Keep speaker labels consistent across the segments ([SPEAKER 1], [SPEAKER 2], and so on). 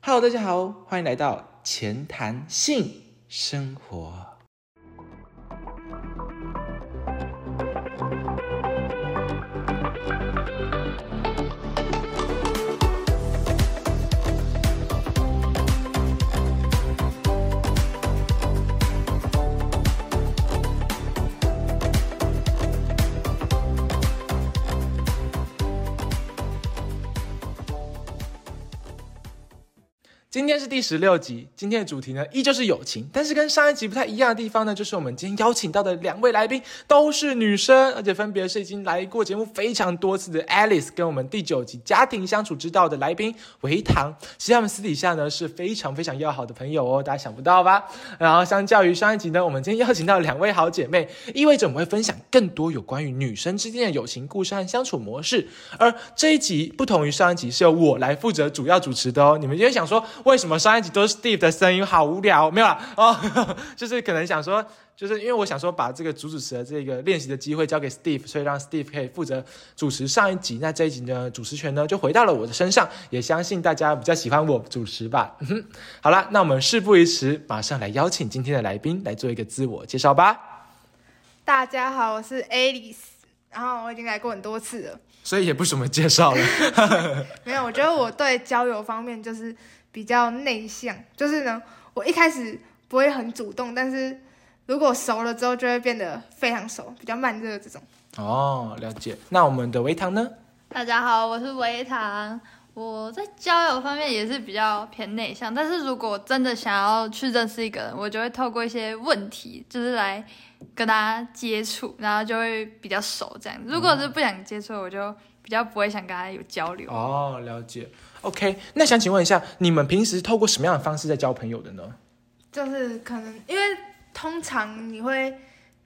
[SPEAKER 1] Hello，大家好，欢迎来到前谈性生活。今天是第十六集，今天的主题呢依旧是友情，但是跟上一集不太一样的地方呢，就是我们今天邀请到的两位来宾都是女生，而且分别是已经来过节目非常多次的 Alice 跟我们第九集家庭相处之道的来宾维唐。其实他们私底下呢是非常非常要好的朋友哦，大家想不到吧？然后相较于上一集呢，我们今天邀请到两位好姐妹，意味着我们会分享更多有关于女生之间的友情故事和相处模式。而这一集不同于上一集，是由我来负责主要主持的哦。你们就会想说，为什么上一集都是 Steve 的声音，好无聊？没有啦，哦， 就是可能想说，就是因为我想说把这个主主持的这个练习的机会交给 Steve，所以让 Steve 可以负责主持上一集。那这一集呢，主持权呢就回到了我的身上，也相信大家比较喜欢我主持吧。 嗯哼，好啦，那我们事不宜迟，马上来邀请今天的来宾来做一个自我介绍吧。
[SPEAKER 2] 大家好，我是 Alice，然后我已经来过很多次了。
[SPEAKER 1] 所以也不什么介绍了。
[SPEAKER 2] 没有，我觉得我对交友方面就是比较内向，就是呢，我一开始不会很主动，但是如果熟了之后就会变得非常熟，比较慢热这种。
[SPEAKER 1] 哦，了解。那我们的维唐呢？
[SPEAKER 3] 大家好，我是维唐。我在交友方面也是比较偏内向，但是如果真的想要去认识一个人，我就会透过一些问题，就是来跟他接触，然后就会比较熟这样。如果是不想接触，我就比较不会想跟他有交流。
[SPEAKER 1] 哦，了解。OK，那想请问一下，你们平时透过什么样的方式在交朋友的呢？
[SPEAKER 2] 就是可能因为通常你会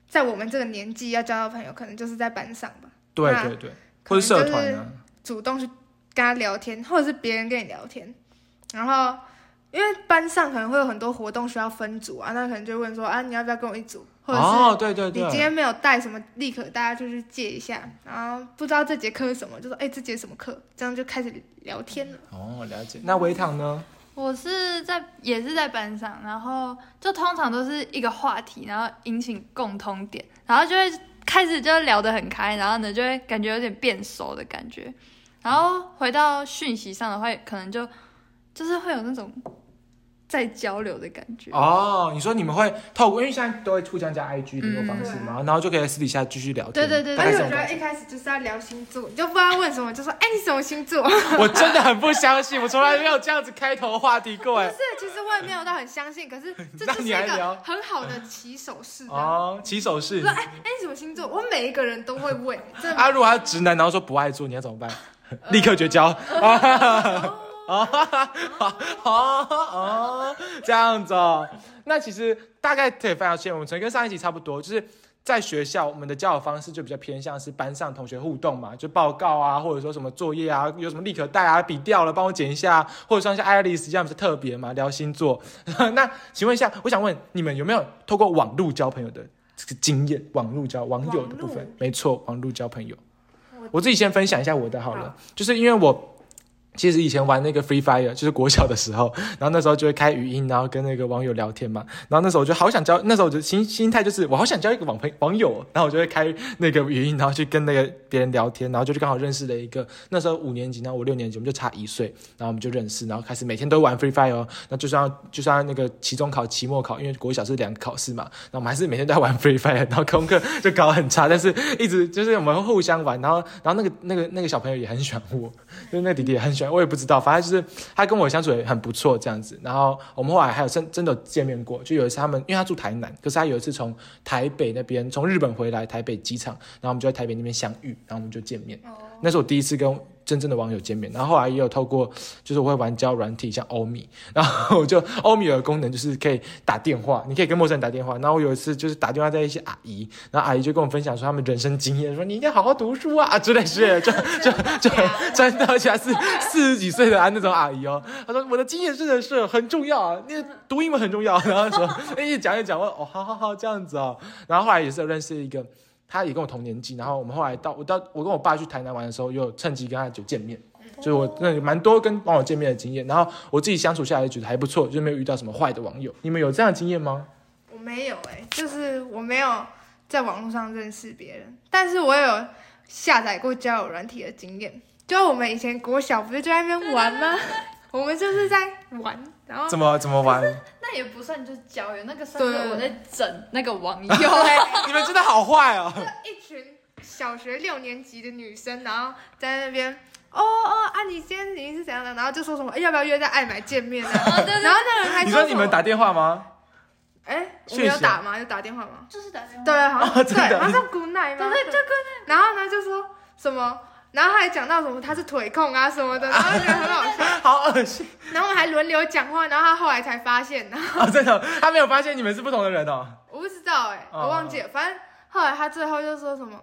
[SPEAKER 2] 在我们这个年纪要交到朋友，可能就是在班上吧，
[SPEAKER 1] 对
[SPEAKER 2] 那
[SPEAKER 1] 对对，或
[SPEAKER 2] 可能
[SPEAKER 1] 者社
[SPEAKER 2] 就
[SPEAKER 1] 团
[SPEAKER 2] 是
[SPEAKER 1] 呢？
[SPEAKER 2] 主动去跟他聊天，或者是别人跟你聊天，然后因为班上可能会有很多活动需要分组啊，那可能就会问说啊，你要不要跟我一组，或者
[SPEAKER 1] 哦，
[SPEAKER 2] 是
[SPEAKER 1] 对对
[SPEAKER 2] 你
[SPEAKER 1] 对，
[SPEAKER 2] 今天没有带什么，立刻大家就去借一下，然后不知道这节课是什么，就说哎、这节什么课，这样就开始聊天了。
[SPEAKER 1] 哦，了解。那维唐呢？
[SPEAKER 3] 我是在也是在班上，然后就通常都是一个话题，然后引起共通点，然后就会开始就聊得很开，然后呢就会感觉有点变熟的感觉。然后回到讯息上的话，可能就就是会有那种在交流的感觉。
[SPEAKER 1] 哦，你说你们会透过，因为现在都会互相加 IG 联络方式嘛，然后就可以私底下继续聊天。
[SPEAKER 3] 对对对
[SPEAKER 1] 大
[SPEAKER 2] 而
[SPEAKER 1] 概
[SPEAKER 2] 且
[SPEAKER 1] 是
[SPEAKER 2] 我
[SPEAKER 1] 这
[SPEAKER 2] 觉
[SPEAKER 1] 种感
[SPEAKER 2] 得一
[SPEAKER 1] 觉。
[SPEAKER 2] 开始就是要聊星座，你就不知道问什么，就说哎、你什么星座？
[SPEAKER 1] 我真的很不相信，我从来没有这样子开头话题过
[SPEAKER 2] 不
[SPEAKER 1] 哎
[SPEAKER 2] 是。，其实我也没有到很相信，可是这
[SPEAKER 1] 那
[SPEAKER 2] 就是
[SPEAKER 1] 哦你
[SPEAKER 2] 一
[SPEAKER 1] 还
[SPEAKER 2] 个
[SPEAKER 1] 聊
[SPEAKER 2] 很好的起手式啊。
[SPEAKER 1] 哦，起手式
[SPEAKER 2] 不是。哎哎，你什么星座？我每一个人都会问，真的
[SPEAKER 1] 啊，如果他直男，然后说不爱做，你要怎么办？ 立刻绝交。 哦哦， 这样子哦。那其实大概可以分享现，我们曾跟上一集差不多，就是在学校我们的交友方式就比较偏向是班上同学互动嘛，就报告啊，或者说什么作业啊，有什么立刻带啊，笔掉了帮我捡一下，或者像像爱丽丝这样比较特别嘛，聊星座。 那请问一下，我想问你们有没有透过网络交朋友的这个经验？网络交网友的部
[SPEAKER 2] 网
[SPEAKER 1] 分
[SPEAKER 2] 路，
[SPEAKER 1] 没错，网络交朋友
[SPEAKER 2] 我。
[SPEAKER 1] 我自己先分享一下我的好了，就是因为我其实以前玩那个 Free Fire，就是国小的时候， 然后那时候就会开语音，然后跟那个网友聊天嘛。然后那时候我就好想交，那时候我就心心态就是我好想交一个网朋网友哦，然后我就会开那个语音，然后去跟那个别人聊天，然后就刚好认识了一个那时候五年级，然后我六年级，我们就差一岁，然后我们就认识，然后开始每天都玩 Free Fire 哦。那就算就算那个期中考、期末考，因为国小是两个考试嘛，那我们还是每天都在玩 Free Fire，然后功课就搞得很差，但是 一直就是我们会互相玩，然后然后那个那个那个小朋友也很喜欢我， 就是那个弟弟也很喜欢，我也不知道，反正就是他跟我相处也很不错这样子。然后我们后来还有真真的见面过，就有一次他们，因为他住台南，可是他有一次从台北那边从日本回来台北机场，然后我们就在台北那边相遇，然后我们就见面。
[SPEAKER 2] 哦
[SPEAKER 1] 那是我第一次跟真正的网友见面，然后后来也有透过就是我会玩交友软体，像欧米，然后我就欧米有个功能就是可以打电话，你可以跟陌生人打电话。然后我有一次就是打电话在一些阿姨，然后阿姨就跟我分享说他们人生经验，说你一定要好好读书啊啊之类之类的，就就就真的，而且还是四十几岁的啊那种阿姨哦。她说我的经验真的是很重要啊，那读英文很重要。啊然后说一讲一讲，我哦好好好这样子哦。然后后来也是有认识一个。他也跟我同年纪，然后我们后来到我到我跟我爸去台南玩的时候，又趁机跟他就见面，就是我那有蛮多跟网友见面的经验，然后我自己相处下来觉得还不错，就是没有遇到什么坏的网友。你们有这样的经验吗？
[SPEAKER 2] 我没有哎、就是我没有在网络上认识别人，但是我有下载过交友软体的经验。就我们以前国小不是就在那边玩吗？我们就是在玩，然后
[SPEAKER 1] 怎么怎么玩？
[SPEAKER 3] 那也不算就是交友，那个算
[SPEAKER 2] 对
[SPEAKER 3] 是我在整那个网友。
[SPEAKER 2] 有 哎、
[SPEAKER 1] 你们真的好坏哦！
[SPEAKER 2] 一群小学六年级的女生，然后在那边。哦哦啊！你今天你是怎样的？然后就说什么，哎，要不要约在爱买见面啊？
[SPEAKER 3] 哦对对
[SPEAKER 2] 然后那个人还
[SPEAKER 1] 你
[SPEAKER 2] 说
[SPEAKER 1] 说
[SPEAKER 2] 什
[SPEAKER 1] 你
[SPEAKER 2] 么
[SPEAKER 1] 们打，电话吗？
[SPEAKER 2] 哎，我
[SPEAKER 1] 讯
[SPEAKER 2] 们有
[SPEAKER 1] 息
[SPEAKER 2] 打吗？有打电话吗？
[SPEAKER 3] 就是打电话。
[SPEAKER 2] 对，好像、
[SPEAKER 1] 哦真
[SPEAKER 2] 对，
[SPEAKER 1] 的
[SPEAKER 2] 好像叫 Good Night 吗？
[SPEAKER 3] 对对，就跟
[SPEAKER 2] 然后呢，就说什么，然后他还讲到什么他是腿控啊什么的，然后就觉得很好 笑。
[SPEAKER 1] 好恶心
[SPEAKER 2] 然后我们还轮流讲话，然后他后来才发现，然后
[SPEAKER 1] 哦！真的，他没有发现你们是不同的人哦。
[SPEAKER 2] 我不知道哎、
[SPEAKER 1] 哦
[SPEAKER 2] 我忘记了，反正后来他最后就说什么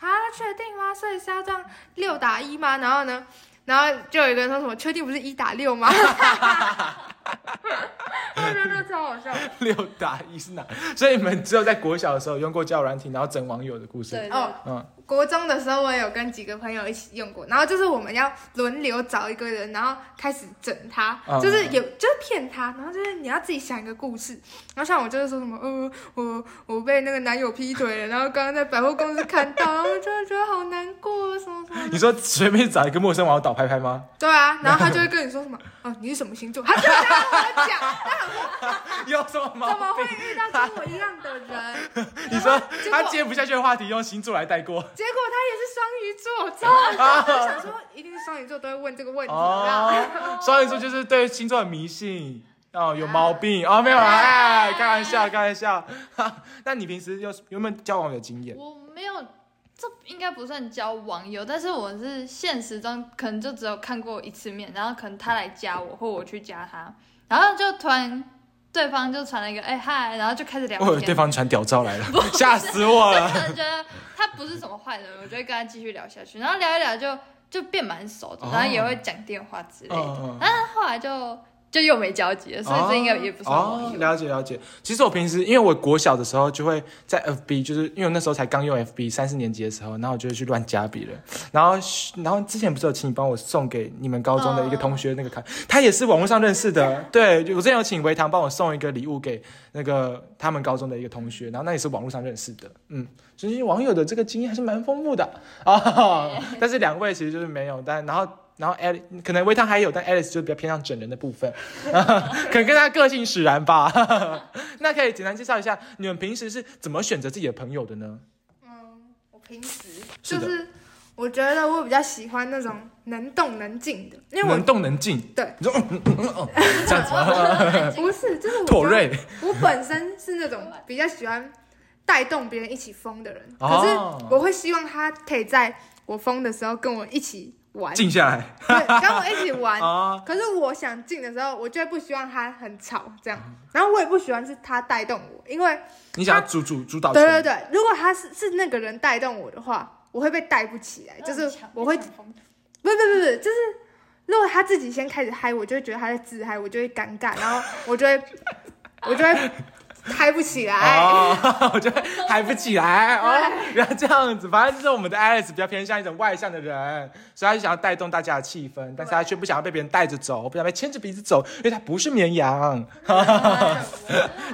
[SPEAKER 2] 啊，确定吗？所以是要这样六打一吗？然后呢，然后就有一个人说什么，确定不是一打六吗？ 我觉得超好笑。
[SPEAKER 1] 六打一是哪？所以你们只有在国小的时候用过交友软体，然后整网友的故事。
[SPEAKER 3] 对
[SPEAKER 2] 哦
[SPEAKER 3] 哦，
[SPEAKER 1] 嗯，
[SPEAKER 2] 国中的时候，我也有跟几个朋友一起用过，然后就是我们要轮流找一个人，然后开始整他，
[SPEAKER 1] 嗯
[SPEAKER 2] 就是有就是骗他，然后就是你要自己想一个故事，然后像我就是说什么，呃，我我被那个男友劈腿了，然后刚刚在百货公司看到，然后就会觉得好难过，什么什么的，
[SPEAKER 1] 你说随便找一个陌生网友倒拍拍吗？
[SPEAKER 2] 对啊，然后他就会跟你说什么，哦，你是什么星座，他就跟我 讲，
[SPEAKER 1] 有什么毛
[SPEAKER 2] 怎么会
[SPEAKER 1] 病？
[SPEAKER 2] 遇到跟我一样的人？
[SPEAKER 1] 你说
[SPEAKER 2] 结果
[SPEAKER 1] 他接不下去的话题，用星座来带过。
[SPEAKER 2] 结果他也是双鱼座，我就想说一定是双鱼座都会问这个问题，然后。
[SPEAKER 1] 哦，双鱼座就是对星座很迷信哦，有毛病哦，没有啦，哎，开玩笑，开玩笑。 哈那你平时有有没有交往的经验？
[SPEAKER 3] 我没有，这应该不算交网友，但是我是现实中可能就只有看过一次面，然后可能他来加我，或我去加他，然后就突然对方就传了一个哎、嗨，然后就开始聊
[SPEAKER 1] 哦，
[SPEAKER 3] 天。
[SPEAKER 1] 对方传屌照来了， 吓死我了。
[SPEAKER 3] 可能觉得他不是什么坏人，我就会跟他继续聊下去，然后聊一聊就就变蛮熟的，
[SPEAKER 1] 哦
[SPEAKER 3] 然后也会讲电话之类的。
[SPEAKER 1] 嗯嗯
[SPEAKER 3] 但是后来就就又没交集了， 所以这应该也不算
[SPEAKER 1] 哦
[SPEAKER 3] 网。友。
[SPEAKER 1] 了解了解。其实我平时因为我国小的时候就会在 FB，就是因为我那时候才刚用 FB，三四年级的时候，然后我就会去乱加别人。然后然后之前不是有请你帮我送给你们高中的一个同学那个卡，他也是网络上认识的。对，我之前有请维唐帮我送一个礼物给那个他们高中的一个同学，然后那也是网络上认识的。嗯，所以网友的这个经验还是蛮丰富的 啊、但是两位其实就是没有，但然后。然后 Alice 可能微汤还有，但 Alice 就比较偏向整人的部分， 可能跟他个性使然吧。 那可以简单介绍一下，你们平时是怎么选择自己的朋友的呢？
[SPEAKER 2] 嗯，我平时
[SPEAKER 1] 是
[SPEAKER 2] 就
[SPEAKER 1] 的
[SPEAKER 2] 是我觉得我比较喜欢那种能动能静的，因为我
[SPEAKER 1] 能动能静，
[SPEAKER 2] 对
[SPEAKER 1] 你说嗯嗯嗯嗯嗯，这样子吗？
[SPEAKER 2] 不是，就是我
[SPEAKER 1] 妥
[SPEAKER 2] 觉得
[SPEAKER 1] 瑞，
[SPEAKER 2] 我本身是那种比较喜欢带动别人一起疯的人，可是
[SPEAKER 1] 哦
[SPEAKER 2] 我会希望他可以在我疯的时候跟我一起玩，
[SPEAKER 1] 静下来
[SPEAKER 2] 对，跟我一起 玩。
[SPEAKER 1] 啊。
[SPEAKER 2] 可是我想静的时候，我就会不希望他很吵这
[SPEAKER 1] 嗯
[SPEAKER 2] 样，然后我也不喜欢是他带动我，因为
[SPEAKER 1] 你想要主主主导
[SPEAKER 2] 对
[SPEAKER 1] 权哦
[SPEAKER 2] 对对，如果他是是那个人带动我的话，我会被带不起来，
[SPEAKER 3] 哦
[SPEAKER 2] 就是我会不是不是不是，就是如果他自己先开始嗨，我就会觉得他在自嗨，我就会尴尬，然后我就会 我就会嗨不起来。哎
[SPEAKER 1] 哦， 我觉得嗨不起来哦，然后这样子，反正就是我们的 Alice 比较偏向一种外向的人，所以他就想要带动大家的气氛，但是他却不想要被别人带着走，不想被牵着鼻子走，因为他不是绵 羊。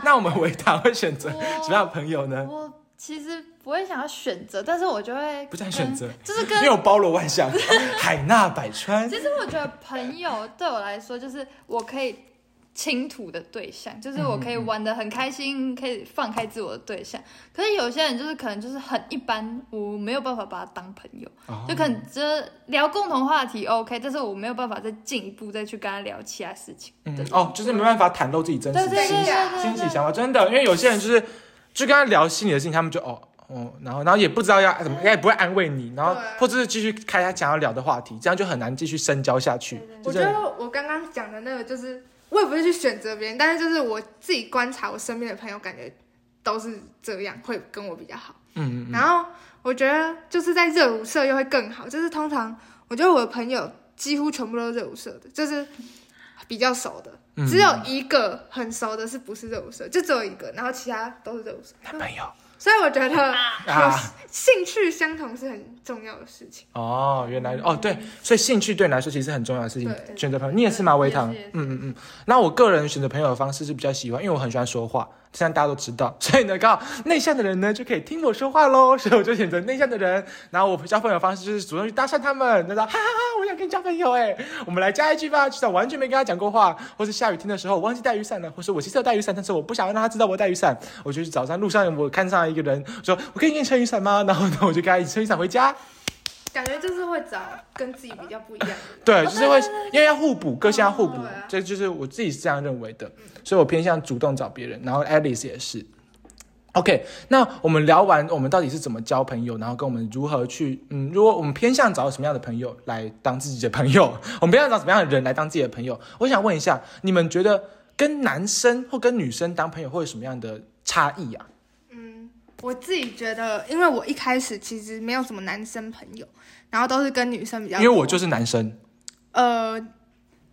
[SPEAKER 1] 那我们维塔会选择什么样的朋友呢？
[SPEAKER 3] 我其实不会想要选择，但是我就会
[SPEAKER 1] 不想选择
[SPEAKER 3] 跟，就是
[SPEAKER 1] 因
[SPEAKER 3] 跟
[SPEAKER 1] 为我包罗万象，海纳百 川。
[SPEAKER 3] 其实我觉得 朋友对我来说，就是我可以倾吐的对象，就是我可以
[SPEAKER 1] 嗯
[SPEAKER 3] 玩的很开心，可以放开自我的对象。可是有些人就是可能就是很一般，我没有办法把他当朋友，
[SPEAKER 1] 哦
[SPEAKER 3] 就可能就是聊共同话题 OK，但是我没有办法再进一步再去跟他聊其他事情。
[SPEAKER 1] 嗯，哦，就是没办法袒露自己真
[SPEAKER 3] 对
[SPEAKER 1] 实
[SPEAKER 3] 对对
[SPEAKER 1] 心
[SPEAKER 3] 对对
[SPEAKER 1] 心
[SPEAKER 3] 对
[SPEAKER 1] 情想法，真的，因为有些人就是就跟他聊心里的事情，他们就哦。哦，然后，然后也不知道要怎么，他哎也不会安慰你，然后
[SPEAKER 2] 对啊
[SPEAKER 1] 或者是继续开他想要聊的话题，这样就很难继续深交下去
[SPEAKER 3] 对对。对
[SPEAKER 2] 我
[SPEAKER 1] 就
[SPEAKER 2] 觉
[SPEAKER 1] 是
[SPEAKER 2] 得我刚刚讲的那个，就是我也不是去选择别人，但是就是我自己观察我身边的朋友，感觉都是这样，会跟我比较好。
[SPEAKER 1] 嗯嗯嗯，
[SPEAKER 2] 然后我觉得就是在热舞社又会更好，就是通常我觉得我的朋友几乎全部都是热舞社的，就是比较熟的，
[SPEAKER 1] 嗯
[SPEAKER 2] 只有一个很熟的是不是热舞社，就只有一个，然后其他都是热舞社。
[SPEAKER 1] 男朋友
[SPEAKER 2] 所以我觉得有
[SPEAKER 1] 啊
[SPEAKER 2] 兴趣相同是很重要的事情。
[SPEAKER 1] 哦，原来
[SPEAKER 3] 嗯
[SPEAKER 1] 哦，对，所以兴趣对你来说其实很重要的事情。
[SPEAKER 2] 对
[SPEAKER 1] 选择朋友，你也是吗？微糖
[SPEAKER 3] 也是也，是
[SPEAKER 1] 嗯嗯嗯。那我个人选择朋友的方式是比较喜欢，因为我很喜欢说话，虽然大家都知道， 所以呢，刚好内向的人呢就可以听我说话喽， 所以我就选择内向的人。然后我交朋友的方式就是主动去搭讪他们，那种哈哈哈，我想跟你交朋友哎， 我们来加一句吧。就是我完全没跟他讲过话，或是下雨天的时候我忘记带雨伞了，或是我其实有带雨伞，但是我不想让他知道我带雨伞，我就去早上路上我看上一个人，说我可以给你撑雨伞吗？然后呢，我就跟他一起撑雨伞回家。
[SPEAKER 2] 感觉就是会找跟自己比较不一样的人。
[SPEAKER 1] 对，就是会，因为要互补，个性要互补
[SPEAKER 2] 对啊，
[SPEAKER 1] 这就是我自己是这样认为的，所以我偏向主动找别人，然后 Alice 也是。OK，那我们聊完我们到底是怎么交朋友，然后跟我们如何去，嗯，如果我们偏向找什么样的朋友来当自己的朋友，我们偏向找什么样的人来当自己的朋友，我想问一下，你们觉得跟男生或跟女生当朋友会有什么样的差异啊？
[SPEAKER 2] 嗯，我自己觉得，因为我一开始其实没有什么男生朋友，然后都是跟女生比较
[SPEAKER 1] 因
[SPEAKER 2] 多。
[SPEAKER 1] 为我就是男生，
[SPEAKER 2] 呃，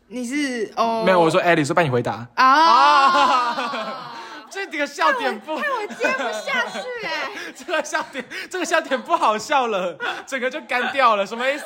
[SPEAKER 2] 你是哦，
[SPEAKER 1] 没有，我说 Alice，我帮你回答。
[SPEAKER 2] 啊，
[SPEAKER 1] 这个笑点不，
[SPEAKER 2] 哎我 接不下去哎、
[SPEAKER 1] 这个笑点，这个笑点不好笑了，整个就干掉了，什么意 思？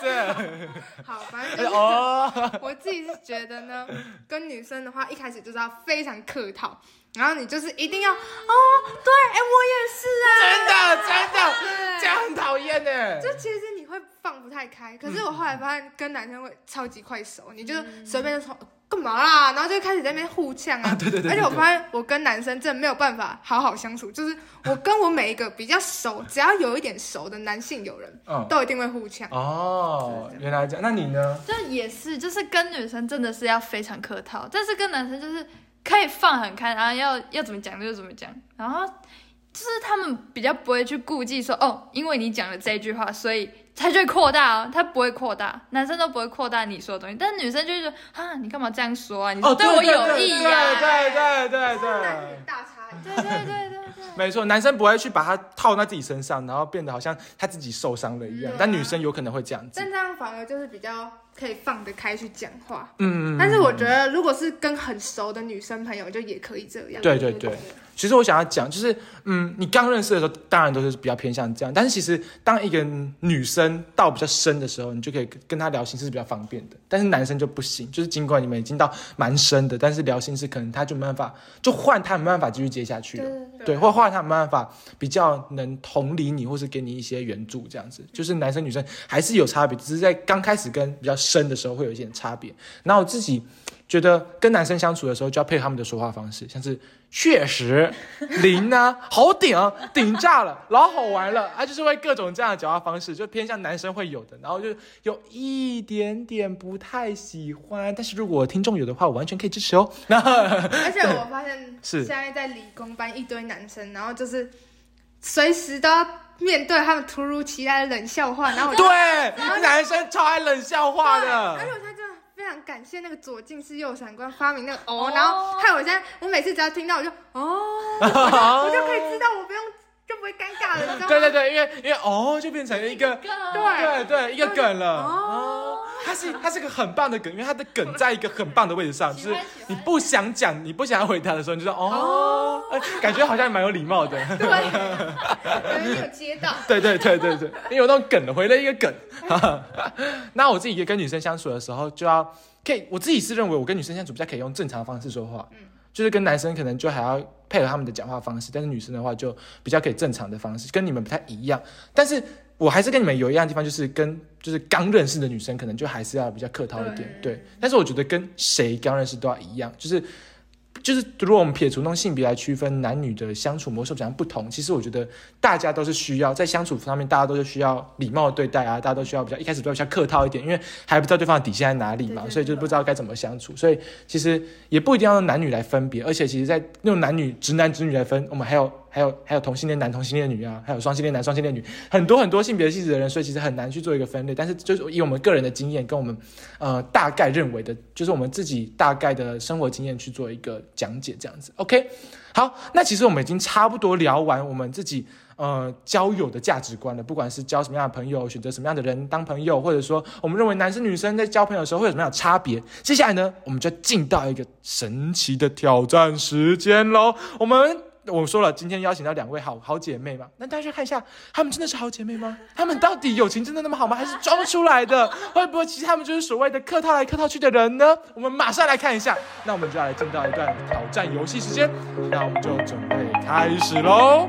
[SPEAKER 2] 好，反正就是
[SPEAKER 1] 哦，
[SPEAKER 2] 我自己是觉得呢，跟女生的话，一开始就是要非常客套，然后你就是一定要哦，对，哎、我也是啊，
[SPEAKER 1] 真的真的，这样很讨厌呢。
[SPEAKER 2] 就其实你会放不太开，可是我后来发现跟男生会超级快熟，你就
[SPEAKER 1] 嗯
[SPEAKER 2] 随便就说哦干嘛啦，然后就开始在那边互呛啊。
[SPEAKER 1] 对对对对
[SPEAKER 2] 而且我发现我跟男生真的没有办法好好相处，就是我跟我每一个比较熟，只要有一点熟的男性友人，
[SPEAKER 1] 嗯，
[SPEAKER 2] 都一定会互呛。
[SPEAKER 1] 哦，原来这样，那你呢？
[SPEAKER 3] 就也是，就是跟女生真的是要非常客套，但是跟男生就是可以放很开，然后要要怎么讲就怎么讲，然后就是他们比较不会去顾忌说哦，因为你讲了这句话，所以他就会扩大哦，他不会扩大，男生都不会扩大你说的东西，但是女生就是啊，你干嘛这样说
[SPEAKER 2] 嗯
[SPEAKER 3] 啊？你
[SPEAKER 1] 哦，
[SPEAKER 3] 对我有
[SPEAKER 1] 对
[SPEAKER 3] 意
[SPEAKER 2] 啊
[SPEAKER 1] 对
[SPEAKER 3] 呀、
[SPEAKER 1] 对对对
[SPEAKER 2] 男
[SPEAKER 1] 对
[SPEAKER 2] 女。大差异。
[SPEAKER 3] 对对对对对。
[SPEAKER 1] 没错，男生不会去把它套在自己身上，然后变得好像他自己受伤了一样
[SPEAKER 2] 嗯，
[SPEAKER 1] 但女生有可能会这样子。
[SPEAKER 2] 但这样反而就是比较可以放得开去讲话，
[SPEAKER 1] 嗯，嗯嗯
[SPEAKER 2] 但是我觉得如果是跟很熟的女生朋友，就也可以这样。
[SPEAKER 1] 对对对，其实我想要讲，就是嗯，你刚认识的时候，当然都是比较偏向这样，但是其实当一个女生到比较深的时候，你就可以跟她聊心事是比较方便的，但是男生就不行，就是尽管你们已经到蛮深的，但是聊心事可能他就没办法，就换他没办法继续接下去了。
[SPEAKER 2] 对
[SPEAKER 1] 对，或换他没办法比较能同理你，或是给你一些援助，这样子，就是男生女生还是有差别，只是在刚开始跟比较深的时候会有一点差别。然后我自己觉得跟男生相处的时候就要配合他们的说话方式， 像是确实、零啊、好顶、啊、顶炸了、老好玩了， 啊，就是会各种这样的讲话方式，就偏向男生会有的。然后就有一点点不太喜欢，但是如果听众有的话，我完全可以支持哦。 那
[SPEAKER 2] 而且我发现
[SPEAKER 1] 是
[SPEAKER 2] 现在在理工班一堆男生，然后就是随时都要面对他们突如其来的冷笑话，然后我 就
[SPEAKER 1] 对，男生超爱冷笑话的。
[SPEAKER 2] 而且我现在真的非常感谢那个左近视右闪光发明那个哦
[SPEAKER 3] 哦，
[SPEAKER 2] 然后害我现在我每次只要听到我就 哦， 我就可以知道我不用就不会尴尬了，你知道吗？
[SPEAKER 1] 对对对，因为因为哦，就变成了一个对
[SPEAKER 2] 对
[SPEAKER 1] 对一个梗了。
[SPEAKER 2] 哦
[SPEAKER 1] 哦，它是它是个很棒的梗，因为它的梗在一个很棒的位置上，就
[SPEAKER 3] 喜
[SPEAKER 1] 是
[SPEAKER 3] 欢喜
[SPEAKER 1] 你
[SPEAKER 3] 欢
[SPEAKER 1] 不想讲、你不想要回答的时候，你就说哦，呃感觉好像蛮有礼貌的。
[SPEAKER 2] 对，感觉你有接到。
[SPEAKER 1] 对对对对对，你有那种梗的，回了一个梗。 那我自己跟女生相处的时候，就要可以，我自己是认为我跟女生相处比较可以用正常的方式说话，就是跟男生可能就还要配合他们的讲话方式，但是女生的话就比较可以正常的方式，跟你们不太一样。但是我还是跟你们有一样的地方，就是跟就是刚认识的女生，可能就还是要比较客套一点，对。但是我觉得跟谁刚认识都要一样，就是就是如果我们撇除用性别来区分男女的相处模式，怎样不同，其实我觉得大家都是需要在相处上面，大家都是需要礼貌对待啊，大家都需要比较一开始都要比较客套一点，因为还不知道对方的底线在哪里嘛，
[SPEAKER 2] 对对
[SPEAKER 1] 所以就不知道该怎么相处。所以其实也不一定要用男女来分别，而且其实，在用男女直男直女来分，我们还有还有还有同性恋男同性恋女啊，还有双性恋男双性恋女，很多很多性别气质的人，所以其实很难去做一个分类。但是就是以我们个人的经验跟我们呃大概认为的，就是我们自己大概的生活经验去做一个讲解，这样子。OK，好，那其实我们已经差不多聊完我们自己呃交友的价值观了，不管是交什么样的朋友，选择什么样的人当朋友，或者说我们认为男生女生在交朋友的时候会有什么样的差别。接下来呢，我们就进到一个神奇的挑战时间喽，我们。我说了，今天邀请到两位好好姐妹嘛，那大家看一下，她们真的是好姐妹吗？她们到底友情真的那么好吗？还是装出来的？会不会其实她们就是所谓的客套来客套去的人呢？我们马上来看一下。那我们就要来进到一段挑战游戏时间，那我们就准备开始喽。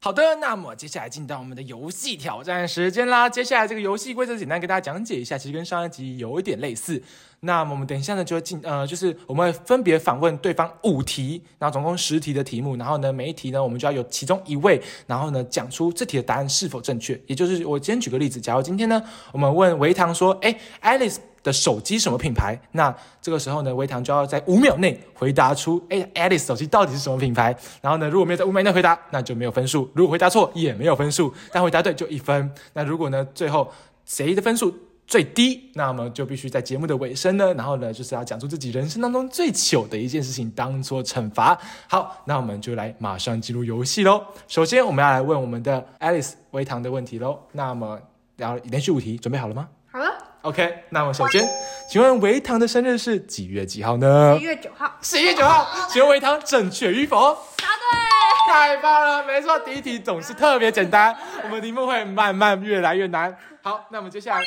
[SPEAKER 1] 好的，那么接下来进到我们的游戏挑战时间啦。接下来这个游戏规则简单给大家讲解一下，其实跟上一集有一点类似。那么我们等一下呢，就会进呃，就是我们会分别访问对方五题，然后总共十题的题目，然后呢每一题呢，我们就要有其中一位，然后呢讲出这题的答案是否正确。也就是我今天举个例子，假如今天呢，我们问维唐说，哎，Alice。的手机什么品牌？那这个时候呢，维唐就要在五秒内回答出，哎，Alice 手机到底是什么品牌？然后呢，如果没有在五秒内回答，那就没有分数；如果回答错也没有分数，但回答对就一分。那如果呢，最后谁的分数最低，那么就必须在节目的尾声呢，然后呢，就是要讲出自己人生当中最糗的一件事情，当做惩罚。好，那我们就来马上进入游戏喽。首先，我们要来问我们的 Alice 维唐的问题喽。那么，然后连续五题，准备好了吗？
[SPEAKER 2] 好了，
[SPEAKER 1] OK，那么首先，请问维唐的生日是几月几号呢
[SPEAKER 2] 十一？月九号，
[SPEAKER 1] 十一月九号。请问维唐正确与否？
[SPEAKER 3] 答对，
[SPEAKER 1] 太棒了，没错，第一题总是特别简单，我们题目会慢慢越来越难。好，那我们接下来，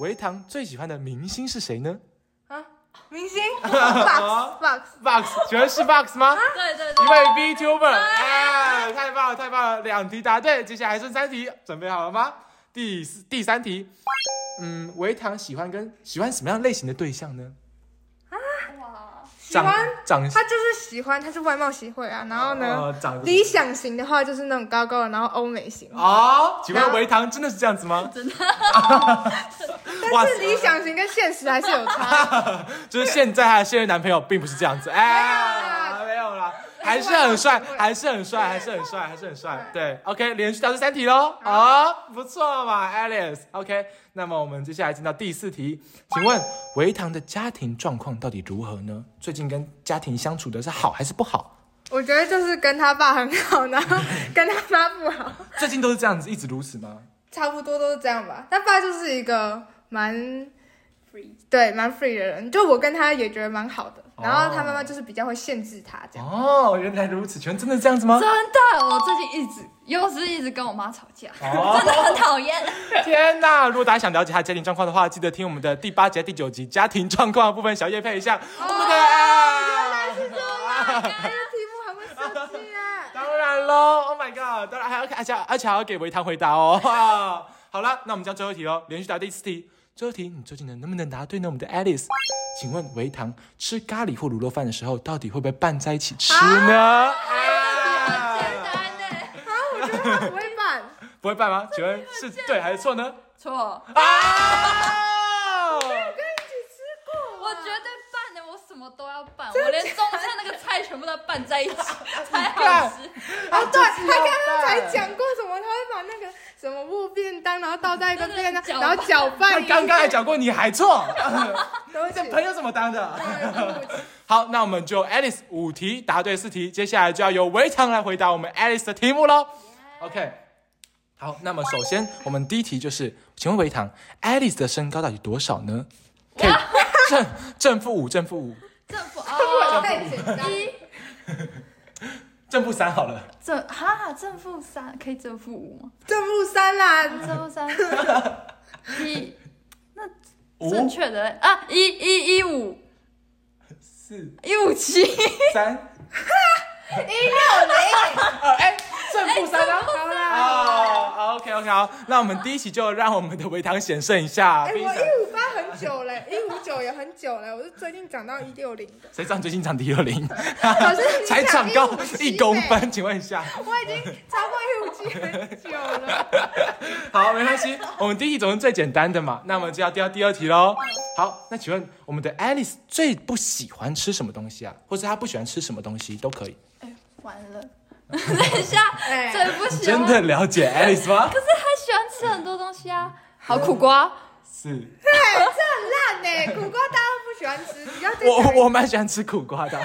[SPEAKER 1] 维唐最喜欢的明星是谁呢
[SPEAKER 2] 啊，明星 box box，
[SPEAKER 1] ？Box，请问是 Box 吗？
[SPEAKER 3] 对对
[SPEAKER 1] 一
[SPEAKER 3] 对，
[SPEAKER 1] 位 VTuber，哎，太棒了，太棒了，两题答对，接下来剩三题，准备好了吗？第四第三题，嗯，维唐喜欢跟喜欢什么样类型的对象呢？
[SPEAKER 3] 哇，
[SPEAKER 2] 啊喜
[SPEAKER 1] 长
[SPEAKER 2] 欢
[SPEAKER 1] 长
[SPEAKER 2] 他就是喜欢，他是外貌协会啊，然后呢，
[SPEAKER 1] 呃长得
[SPEAKER 2] 理想型的话就是那种高高的，然后欧美型，
[SPEAKER 1] 哦，请
[SPEAKER 2] 然
[SPEAKER 1] 问
[SPEAKER 2] 后
[SPEAKER 1] 维唐真的是这样子吗？真的。哇
[SPEAKER 2] 但是理想型跟现实还是有差。
[SPEAKER 1] 就是现在她的现任男朋友并不是这样子，哎，没有啦，还是很帅，还是很帅，还是很帅，还是很帅。对，OK，连续答对三题喽，啊、不错嘛，Alice。OK，那么我们接下来进到第四题，请问维唐的家庭状况到底如何呢？最近跟家庭相处的是好还是不好？
[SPEAKER 2] 我觉得就是跟他爸很好， 然后跟他妈不好，
[SPEAKER 1] 最近都是这样子，一直如此吗？
[SPEAKER 2] 差不多都是这样吧。他爸就是一个蛮
[SPEAKER 3] Free
[SPEAKER 2] 对蛮 free 的人，就我跟他也觉得蛮好的。然后他妈妈就是比较会限制他这样。
[SPEAKER 1] 哦，原来如此，全真的是这样子吗？
[SPEAKER 3] 真的，我最近一直又是一直跟我妈吵架，
[SPEAKER 1] 哦
[SPEAKER 3] 真的很讨厌。
[SPEAKER 1] 天呐！如果大家想了解他的家庭状况的话，记得听我们的第八集、第九集家庭状况的部分小叶配一
[SPEAKER 2] 哦
[SPEAKER 1] 下我们的。
[SPEAKER 2] 这个题目很会设计啊！
[SPEAKER 1] 当然喽，Oh my god！当然还要而且而且还要给维唐回答哦。 哇好了，那我们讲最后一题喽，连续答第四题。最后一题，你究竟能能不能答对呢？我们的 Alice，请问维唐吃咖喱或卤肉饭的时候，到底会不会拌在一起吃呢？啊
[SPEAKER 3] 简单的，
[SPEAKER 2] 啊，我觉得他不会办，
[SPEAKER 1] 不会拌吗？请问是对还是错呢？
[SPEAKER 3] 错，
[SPEAKER 2] 哦
[SPEAKER 1] 啊！
[SPEAKER 2] 跟一起吃过。啊
[SPEAKER 3] 我绝对拌的，我什么都要拌，我连中间那个菜全部都拌在一 起才好吃。
[SPEAKER 2] 啊， 对，他刚刚才
[SPEAKER 1] 拌
[SPEAKER 2] 讲过什么？他会把那个什么木便当，然后倒在一个便当，
[SPEAKER 3] 真的
[SPEAKER 2] 然后搅
[SPEAKER 1] 他
[SPEAKER 2] 拌一下。
[SPEAKER 1] 刚刚还讲过你还错，
[SPEAKER 2] 对不
[SPEAKER 1] 这
[SPEAKER 2] 起
[SPEAKER 1] 朋友怎么当的？
[SPEAKER 2] 对不起
[SPEAKER 1] 好，那我们就 Alice 五题答对四题，接下来就要由围常来回答我们 Alice 的题目喽。OK，好，那么首先我们第一题就是，请问围堂 Alice 的身高到底多少呢？可以正正负五，正负五，
[SPEAKER 3] 这 不
[SPEAKER 2] 我
[SPEAKER 3] 哦，
[SPEAKER 2] 太简单了。
[SPEAKER 3] 一
[SPEAKER 1] 正负三好了。
[SPEAKER 3] 正哈正负三可以正负五吗？
[SPEAKER 2] 正负三啦，
[SPEAKER 3] 正负三， 一正
[SPEAKER 1] 五
[SPEAKER 3] 确的啊，一一一五
[SPEAKER 1] 四
[SPEAKER 3] 一五七，
[SPEAKER 1] 三，
[SPEAKER 2] 一六零，
[SPEAKER 1] 哎，正负三啊。
[SPEAKER 2] 好啦。
[SPEAKER 1] 哦，OK OK，好，那我们第一题就让我们的围堂险胜一下。
[SPEAKER 2] 哎，
[SPEAKER 1] 毕竟
[SPEAKER 2] 我一五八很久嘞，一五九也很久嘞，我是最近长到一六零的，
[SPEAKER 1] 谁长最近长第二零？
[SPEAKER 2] 可是 你
[SPEAKER 1] 才长高一
[SPEAKER 2] 157
[SPEAKER 1] 公
[SPEAKER 2] 嘞，
[SPEAKER 1] 分，请问一下。
[SPEAKER 2] 我已经超过一五七很久了。
[SPEAKER 1] 好，没关系，我们第一题总是最简单的嘛，那我们就要掉第二题喽。好，那请问我们的 Alice 最不喜欢吃什么东西啊？或者她不喜欢吃什么东西都可以。
[SPEAKER 3] 哎，完了， 等一下，
[SPEAKER 2] 哎
[SPEAKER 3] 最不喜
[SPEAKER 1] 真
[SPEAKER 3] 欢，
[SPEAKER 1] 的了解 Alice 吗
[SPEAKER 3] 可？是他喜欢吃很多东西啊，好苦瓜，
[SPEAKER 1] 是
[SPEAKER 2] 哎，这很烂呢，苦瓜大家都不喜欢吃，比较
[SPEAKER 1] 我我我蛮喜欢吃苦瓜的。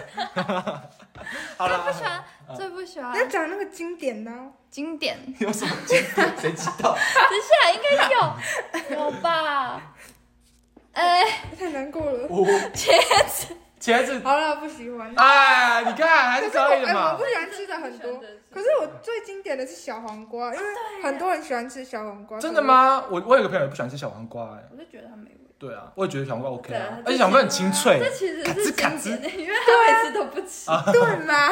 [SPEAKER 1] 好
[SPEAKER 3] 最
[SPEAKER 1] 啦
[SPEAKER 3] 不喜欢，最不喜欢
[SPEAKER 2] 你要讲那个经典的、啊，
[SPEAKER 3] 经典。
[SPEAKER 1] 有什么经典？谁知道？
[SPEAKER 3] 等一下应该有有吧？呃，
[SPEAKER 2] 太难过了。
[SPEAKER 1] 五茄子，茄子，
[SPEAKER 2] 好了，不喜欢。
[SPEAKER 1] 哎，你看还
[SPEAKER 2] 可
[SPEAKER 1] 是
[SPEAKER 2] 是我
[SPEAKER 1] 可以
[SPEAKER 2] 哎
[SPEAKER 1] 的
[SPEAKER 2] 我
[SPEAKER 1] 嘛
[SPEAKER 2] 不。喜欢吃的很多，可是我最经典的是小黄瓜，因为很多人喜欢吃小黄瓜。
[SPEAKER 1] 真的？吗？我我有个朋友也不喜欢吃小黄瓜，哎，
[SPEAKER 3] 我就觉得它没味。
[SPEAKER 1] 对啊，我也觉得小黄瓜 OK
[SPEAKER 3] 对啊
[SPEAKER 1] 啊
[SPEAKER 3] 它，
[SPEAKER 1] 而且小黄瓜很清脆
[SPEAKER 3] 这，其实是
[SPEAKER 1] 咔哎吱啊
[SPEAKER 3] 经典的，因为他每次都不吃。
[SPEAKER 2] 对吗？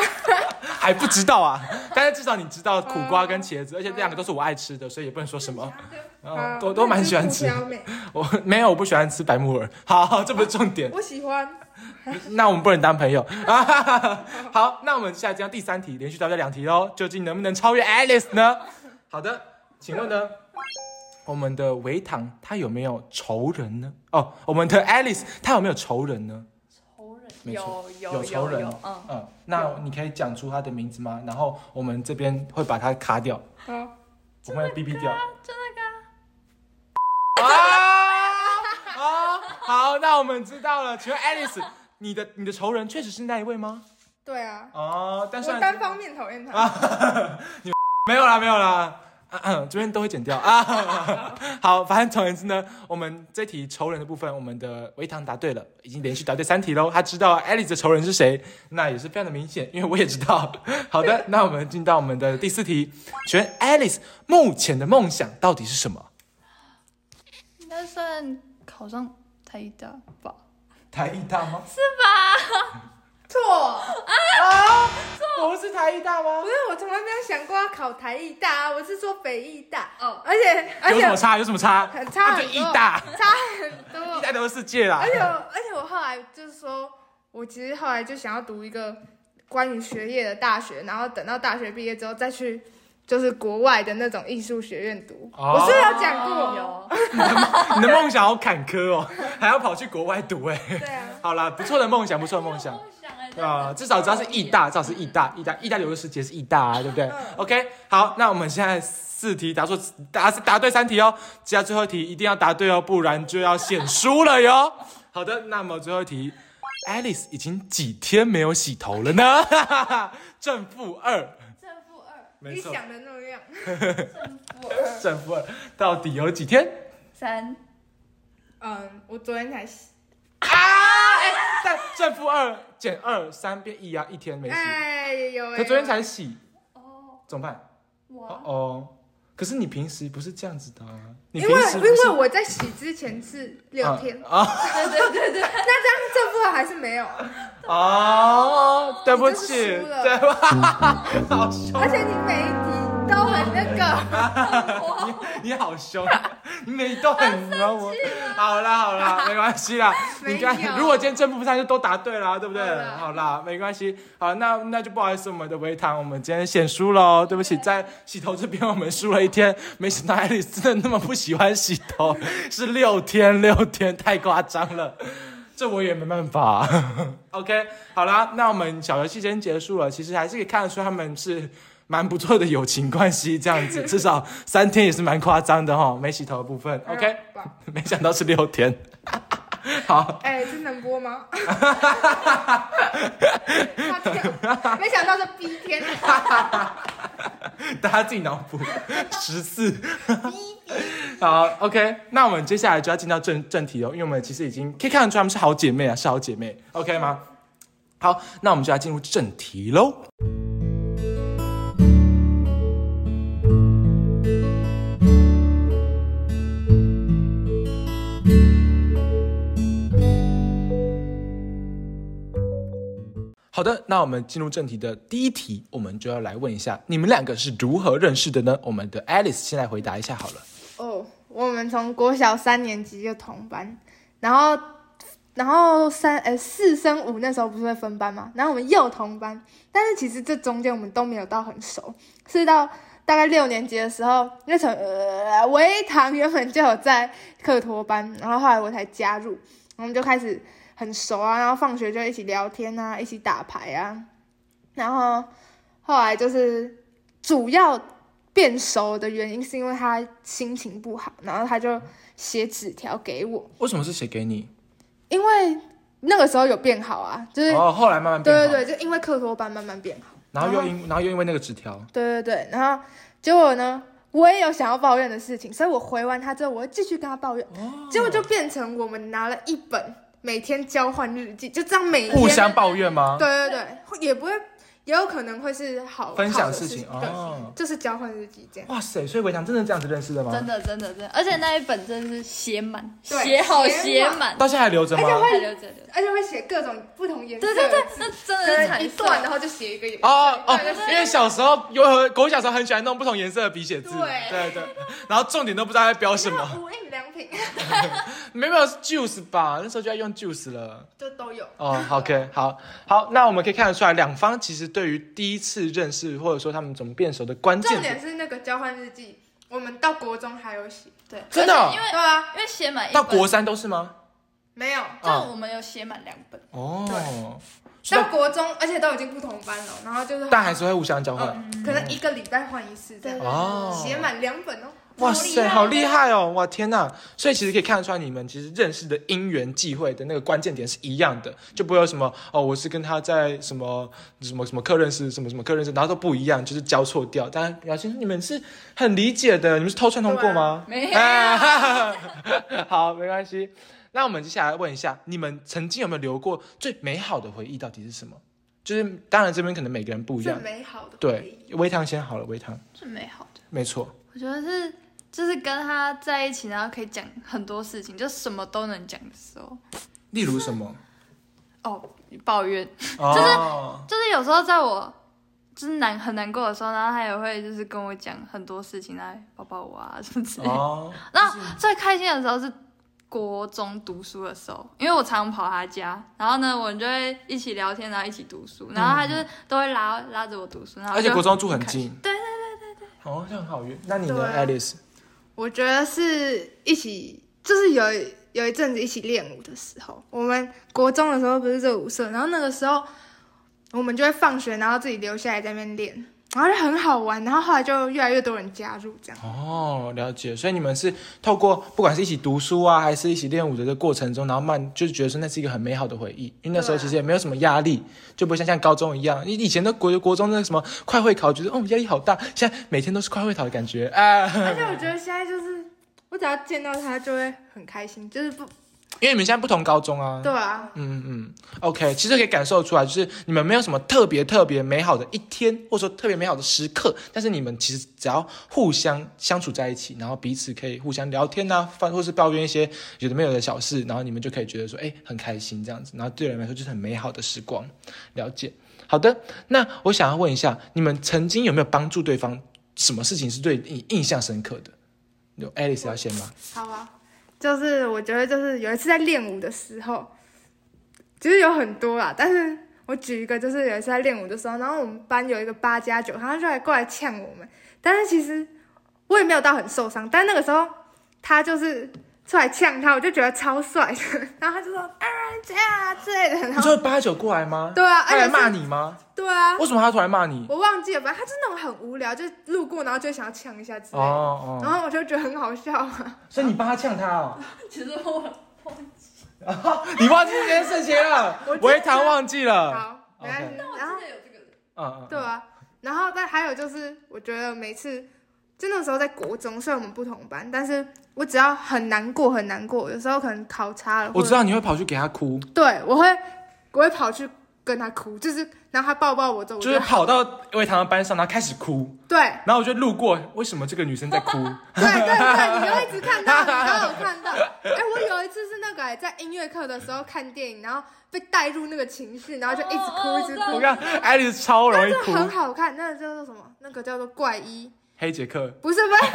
[SPEAKER 1] 还不知道 啊，但是至少你知道苦瓜跟茄子，而且这两个都是我爱吃的，所以也不能说什么，嗯
[SPEAKER 2] 好
[SPEAKER 1] 都都蛮喜欢吃
[SPEAKER 2] 那。是胡椒妹
[SPEAKER 1] 我没有，我不喜欢吃白木耳。好，这不是重点。
[SPEAKER 2] 我喜欢。
[SPEAKER 1] 那我们不能当朋友 啊！哈哈哈好，那我们下一章第三题，连续答对两题喽，究竟能不能超越 Alice 呢？好的，请问呢，我们的维唐他有没有仇人呢？哦，我们的 Alice 他有没有仇人呢？
[SPEAKER 3] 仇人
[SPEAKER 1] 没错
[SPEAKER 3] 有有
[SPEAKER 1] 仇人
[SPEAKER 3] 有，嗯，
[SPEAKER 1] 嗯，那你可以讲出他的名字吗？然后我们这边会把他卡掉，
[SPEAKER 2] 好，
[SPEAKER 1] 我们会 B B 掉。
[SPEAKER 3] 就那个啊
[SPEAKER 1] 啊啊！好，那我们知道了。请问 Alice，你的你的仇人确实是那一位吗？
[SPEAKER 2] 对啊，
[SPEAKER 1] 哦，但是
[SPEAKER 2] 我单方面讨厌
[SPEAKER 1] 啊
[SPEAKER 2] 他。
[SPEAKER 1] 没有啦，没有啦，啊嗯这边都会剪掉啊。好，反正总而言之呢，我们这题仇人的部分，我们的维唐答对了，已经连续答对三题喽。他知道 Alice 的仇人是谁，那也是非常的明显，因为我也知道。好的，那我们进到我们的第四题，请问 Alice 目前的梦想到底是什么？
[SPEAKER 3] 应该算考上台大吧？
[SPEAKER 1] 台艺大吗？
[SPEAKER 2] 错，
[SPEAKER 1] 啊，不是台艺大吗
[SPEAKER 2] 不？是我从来没有想过要考台艺大啊，我是说北艺大，
[SPEAKER 3] 哦，
[SPEAKER 2] 而且而
[SPEAKER 1] 有
[SPEAKER 2] 且
[SPEAKER 1] 什么差？有什么差？
[SPEAKER 2] 很差
[SPEAKER 1] 那
[SPEAKER 2] 很
[SPEAKER 1] 就
[SPEAKER 2] 多哎
[SPEAKER 1] 艺大，
[SPEAKER 2] 差很
[SPEAKER 1] 艺
[SPEAKER 2] 多。
[SPEAKER 1] 大都是世界啦
[SPEAKER 2] 而。且我而且我后来就是说，我其实后来就想要读一个关于学业的大学，然后等到大学毕业之后再去就是国外的那种艺术学院读。
[SPEAKER 1] 哦
[SPEAKER 2] 我是不是有讲过，
[SPEAKER 3] 有，
[SPEAKER 1] 你的梦想好坎坷哦，还要跑去国外读哎、
[SPEAKER 2] 对啊，
[SPEAKER 1] 好啦，不错的梦想，不错的梦想。
[SPEAKER 3] 哦
[SPEAKER 1] 啊、至少知道是艺大，至少是艺大，艺大，艺大留个世界是艺大啊，对不对、
[SPEAKER 2] 嗯
[SPEAKER 1] o k 好，那我们现在四题答错，答答对三题哦，接下来最后一题一定要答对哦，不然就要显输了哟。好的，那么最后一题，Alice 已经几天没有洗头了呢？ 正负二，
[SPEAKER 3] 正负二，
[SPEAKER 1] 没
[SPEAKER 2] 你
[SPEAKER 1] 错，
[SPEAKER 2] 想的那样，
[SPEAKER 3] 正负二
[SPEAKER 1] 正负二到底有几天？
[SPEAKER 3] 三，
[SPEAKER 2] 嗯，我昨天才洗，
[SPEAKER 1] 啊，哎、 但正负二减二三变一啊，一天没洗，
[SPEAKER 2] 哎有哎，
[SPEAKER 1] 可昨天才洗，
[SPEAKER 3] 哦，
[SPEAKER 1] 怎么办？哦
[SPEAKER 3] 哇，
[SPEAKER 1] 哦，可是你平时不是这样子的啊？你
[SPEAKER 2] 因
[SPEAKER 1] 平
[SPEAKER 2] 为
[SPEAKER 1] 时
[SPEAKER 2] 因
[SPEAKER 1] 不是
[SPEAKER 2] 为我在洗之前是六天，
[SPEAKER 1] 啊啊
[SPEAKER 3] 对对对对，
[SPEAKER 2] 那这样正负还是没有啊，
[SPEAKER 1] 哦，对不起，
[SPEAKER 2] 你真是输了
[SPEAKER 1] 对吧？ 好凶，啊
[SPEAKER 2] 而且你每一题都很那个，
[SPEAKER 1] 你好凶，啊你每 都很惹我。好啦好啦，没关系啦。
[SPEAKER 2] 啊没有
[SPEAKER 1] 你看，如果今天正负上就都答对啦，对不对
[SPEAKER 2] 好？啦
[SPEAKER 1] 好啦，没关系。好，那那就不好意思，我们的维唐，我们今天显输喽，对不起，在洗头这边我们输了一天，没想到爱丽丝真的那么不喜欢洗头，是六天六天，太夸张了。这我也没办法、OK，好啦，那我们小游戏先结束了。其实还是可以看得出他们是蛮不错的友情关系，这样子，至少三天也是蛮夸张的哈、没洗头的部分，OK，没想到是六天。 好，
[SPEAKER 2] 哎，这能播 吗？他跳没想到是 B 天，啊
[SPEAKER 1] 大家自己脑 补十四。好，OK，那我们接下来就要进到正正题哦，因为我们其实已经可以看得出她们是好姐妹啊，是好姐妹，OK 吗？好，那我们就要进入正题喽。好的，那我们进入正题的第一题，我们就要来问一下，你们两个是如何认识的呢？我们的 Alice 先来回答一下好了。
[SPEAKER 2] 哦，我们从国小三年级就同班，然后然后三呃四升五那时候不是会分班嘛，然后我们又同班，但是其实这中间我们都没有到很熟，是到大概六年级的时候，那时候呃维唐原本就有在课托班，然后后来我才加入，我们就开始很熟啊，然后放学就一起聊天啊，一起打牌啊，然后后来就是主要变熟的原因是因为他心情不好，然后他就写纸条给我，
[SPEAKER 1] 为什么是写给你？
[SPEAKER 2] 因为那个时候有变好啊，就是、
[SPEAKER 1] 哦，后来慢慢变
[SPEAKER 2] 对
[SPEAKER 1] 好，
[SPEAKER 2] 对对，就因为课托班慢慢变好。
[SPEAKER 1] 然后又因然后又因为那个纸条，
[SPEAKER 2] 对对对，然后结果呢，我也有想要抱怨的事情，所以我回完他之后，我会继续跟他抱怨，
[SPEAKER 1] 哦
[SPEAKER 2] 结果就变成我们拿了一本每天交换日记，就这样每天
[SPEAKER 1] 互相抱怨吗？
[SPEAKER 2] 对对对，会也不会，也有可能会是好
[SPEAKER 1] 分
[SPEAKER 2] 好
[SPEAKER 1] 享
[SPEAKER 2] 的
[SPEAKER 1] 事
[SPEAKER 2] 事
[SPEAKER 1] 情
[SPEAKER 2] 对，
[SPEAKER 1] 哦。
[SPEAKER 2] 就是交换日记这样。
[SPEAKER 1] 哇塞，所以维强真的这样子认识的吗？
[SPEAKER 3] 真的真的真的，而且那一本真的是写满，
[SPEAKER 2] 对
[SPEAKER 3] 写好
[SPEAKER 2] 写
[SPEAKER 3] 写
[SPEAKER 2] 满
[SPEAKER 3] 满，
[SPEAKER 1] 到现在还留着
[SPEAKER 2] 而且
[SPEAKER 1] 吗
[SPEAKER 2] 会？
[SPEAKER 3] 还留着留着。
[SPEAKER 2] 而且会写各种不同颜色
[SPEAKER 3] 对
[SPEAKER 2] 的
[SPEAKER 3] 对对
[SPEAKER 2] 字，，
[SPEAKER 3] 那真
[SPEAKER 2] 可
[SPEAKER 3] 的是
[SPEAKER 2] 能
[SPEAKER 3] 彩
[SPEAKER 2] 一
[SPEAKER 3] 色
[SPEAKER 2] 段，然后就写一个颜色。
[SPEAKER 1] 哦哦
[SPEAKER 2] 对对，对
[SPEAKER 1] 因为小时候有狗小时候很喜欢弄不同颜色的笔写字，
[SPEAKER 2] 对
[SPEAKER 1] 对对，然后重点都不知道在标什
[SPEAKER 2] 然
[SPEAKER 1] 么，
[SPEAKER 2] 后无印良品
[SPEAKER 1] 没有 juice 吧？那时候就在用 juice 了。
[SPEAKER 2] 就都有。
[SPEAKER 1] 哦好，OK，好好，那我们可以看得出来，两方其实对于第一次认识或者说他们怎么变熟的关键
[SPEAKER 2] 重，点是那个交换日记，我们到国中还有写。
[SPEAKER 3] 对，
[SPEAKER 1] 真的哦
[SPEAKER 3] 而且因
[SPEAKER 2] 对
[SPEAKER 3] 为
[SPEAKER 2] 啊，
[SPEAKER 3] 因为写满一
[SPEAKER 1] 到
[SPEAKER 3] 本，
[SPEAKER 1] 国三都是吗？
[SPEAKER 2] 没有
[SPEAKER 3] 就
[SPEAKER 1] 啊
[SPEAKER 3] 我们有写满两本，
[SPEAKER 1] 哦，所以
[SPEAKER 2] 到国中，而且都已经不同班了，然后就是
[SPEAKER 1] 但还是会互相交换。
[SPEAKER 2] 嗯可能一个礼拜换一次这样，
[SPEAKER 3] 啊
[SPEAKER 1] 哦
[SPEAKER 2] 写满两本哦。
[SPEAKER 1] 哇
[SPEAKER 3] 好
[SPEAKER 1] 塞，
[SPEAKER 3] 厉害
[SPEAKER 1] 好厉害哦！哇天呐！所以其实可以看得出来，你们其实认识的因缘际会的那个关键点是一样的，就不会有什么哦，我是跟他在什么什么什么课认识，什么什么课认识，然后都不一样，就是交错掉。当然，表情你们是很理解的，你们是偷串通过吗？
[SPEAKER 3] 没有
[SPEAKER 2] 啊
[SPEAKER 1] 哎， 好，没关系。那我们接下来问一下，你们曾经有没有留过最美好的回忆？到底是什么？就是当然这边可能每个人不一
[SPEAKER 2] 最
[SPEAKER 1] 样。
[SPEAKER 2] 美好的回
[SPEAKER 1] 对
[SPEAKER 2] 忆，，
[SPEAKER 1] 微糖先好了，微糖，
[SPEAKER 3] 最美好的，
[SPEAKER 1] 没错。
[SPEAKER 3] 我觉得是就是跟他在一起，然后可以讲很多事情，就什么都能讲的时候。
[SPEAKER 1] 例如什么？
[SPEAKER 3] 哦，抱怨，
[SPEAKER 1] 哦，
[SPEAKER 3] 就是有时候在我就是难很难过的时候，然后他也会就是跟我讲很多事情，来抱抱我啊什么之类的。
[SPEAKER 1] 哦，
[SPEAKER 3] 然后最开心的时候是国中读书的时候，因为我常跑他家，然后呢，我们就会一起聊天，然后一起读书，然后他就是都会拉拉着我读书，然后
[SPEAKER 1] 而且
[SPEAKER 3] 就
[SPEAKER 1] 国中住很近。
[SPEAKER 3] 对
[SPEAKER 1] 对对对对。哦，这样很好约。那你呢
[SPEAKER 2] 对啊
[SPEAKER 1] ，Alice？
[SPEAKER 2] 我觉得是一起，就是有一有一阵子一起练舞的时候，我们国中的时候不是热舞社，然后那个时候我们就会放学，然后自己留下来在那边练，然后就很好玩，然后后来就越来越多人加入这样。
[SPEAKER 1] 哦，了解。所以你们是透过不管是一起读书啊，还是一起练舞的这个过程中，然后慢就是觉得说那是一个很美好的回忆，因为那时候
[SPEAKER 2] 对啊
[SPEAKER 1] 其实也没有什么压力，就不会像像高中一样，你以前的国国中那什么快会考，觉得哦压力好大，现在每天都是快会考的感觉啊，
[SPEAKER 2] 而且我觉得现在就是，我只要见到他就会很开心，就是不
[SPEAKER 1] 因为你们现在不同高中啊。
[SPEAKER 2] 对啊，
[SPEAKER 1] 嗯嗯，OK，其实可以感受出来，就是你们没有什么特别特别美好的一天，或者说特别美好的时刻，但是你们其实只要互相相处在一起，然后彼此可以互相聊天呐、啊，或是抱怨一些有的没有的小事，然后你们就可以觉得说，哎，很开心这样子，然后对人来说就是很美好的时光。了解，好的，那我想要问一下，你们曾经有没有帮助对方？什么事情是对你印象深刻的？有 Alice 要先吗？
[SPEAKER 2] 好啊，就是我觉得就是有一次在练舞的时候，其实有很多啦，但是我举一个，就是有一次在练舞的时候，然后我们班有一个八加九，他就来过来呛我们，但是其实我也没有到很受伤，但那个时候他就是出来呛他，我就觉得超帅的， 然后他就说啊这样啊之类的，
[SPEAKER 1] 你
[SPEAKER 2] 然后
[SPEAKER 1] 说八九过来吗？
[SPEAKER 2] 对啊，
[SPEAKER 1] 他
[SPEAKER 2] 而
[SPEAKER 1] 来
[SPEAKER 2] 且是
[SPEAKER 1] 骂你吗？
[SPEAKER 2] 对啊，
[SPEAKER 1] 为什么他突然骂你？
[SPEAKER 2] 我忘记了，反正他就是那种很无聊，就是路过然后就想要呛一下之类的，
[SPEAKER 1] 哦
[SPEAKER 2] 然
[SPEAKER 1] 哦，
[SPEAKER 2] 后我就觉得很好笑啊。
[SPEAKER 1] 所以你帮他呛他哦，
[SPEAKER 3] 其实我
[SPEAKER 1] 你忘记这件事情了
[SPEAKER 2] 我，真的
[SPEAKER 1] 维糖忘记了，
[SPEAKER 2] 好，没关系。然后
[SPEAKER 3] 真的有这个人，
[SPEAKER 1] 嗯
[SPEAKER 2] 对啊，然后但还有就是，我觉得每次就那时候在国中，虽然我们不同班，但是我只要很难过很难过，有时候可能考差了，
[SPEAKER 1] 我
[SPEAKER 2] 或
[SPEAKER 1] 知
[SPEAKER 2] 者
[SPEAKER 1] 道你会跑去给他哭，
[SPEAKER 2] 对我会我会跑去跟他哭，就是然后他抱抱我之后，我
[SPEAKER 1] 就
[SPEAKER 2] 就是
[SPEAKER 1] 跑到维糖的班上，然后开始哭，
[SPEAKER 2] 对
[SPEAKER 1] 然后我就路过，为什么这个女生在哭？
[SPEAKER 2] 对对对，你就一直看到，你都有看到。哎、我有一次是那个、哎在音乐课的时候看电影，然后被带入那个情绪，然后就一直哭、
[SPEAKER 3] 哦
[SPEAKER 2] 一直
[SPEAKER 3] 哦
[SPEAKER 1] 我
[SPEAKER 2] 哭，
[SPEAKER 1] 看爱丽丝超容易
[SPEAKER 2] 真的很
[SPEAKER 1] 哭，
[SPEAKER 2] 好看。那个叫做什么？那个叫做怪医，
[SPEAKER 1] 黑杰克
[SPEAKER 2] 不是不是，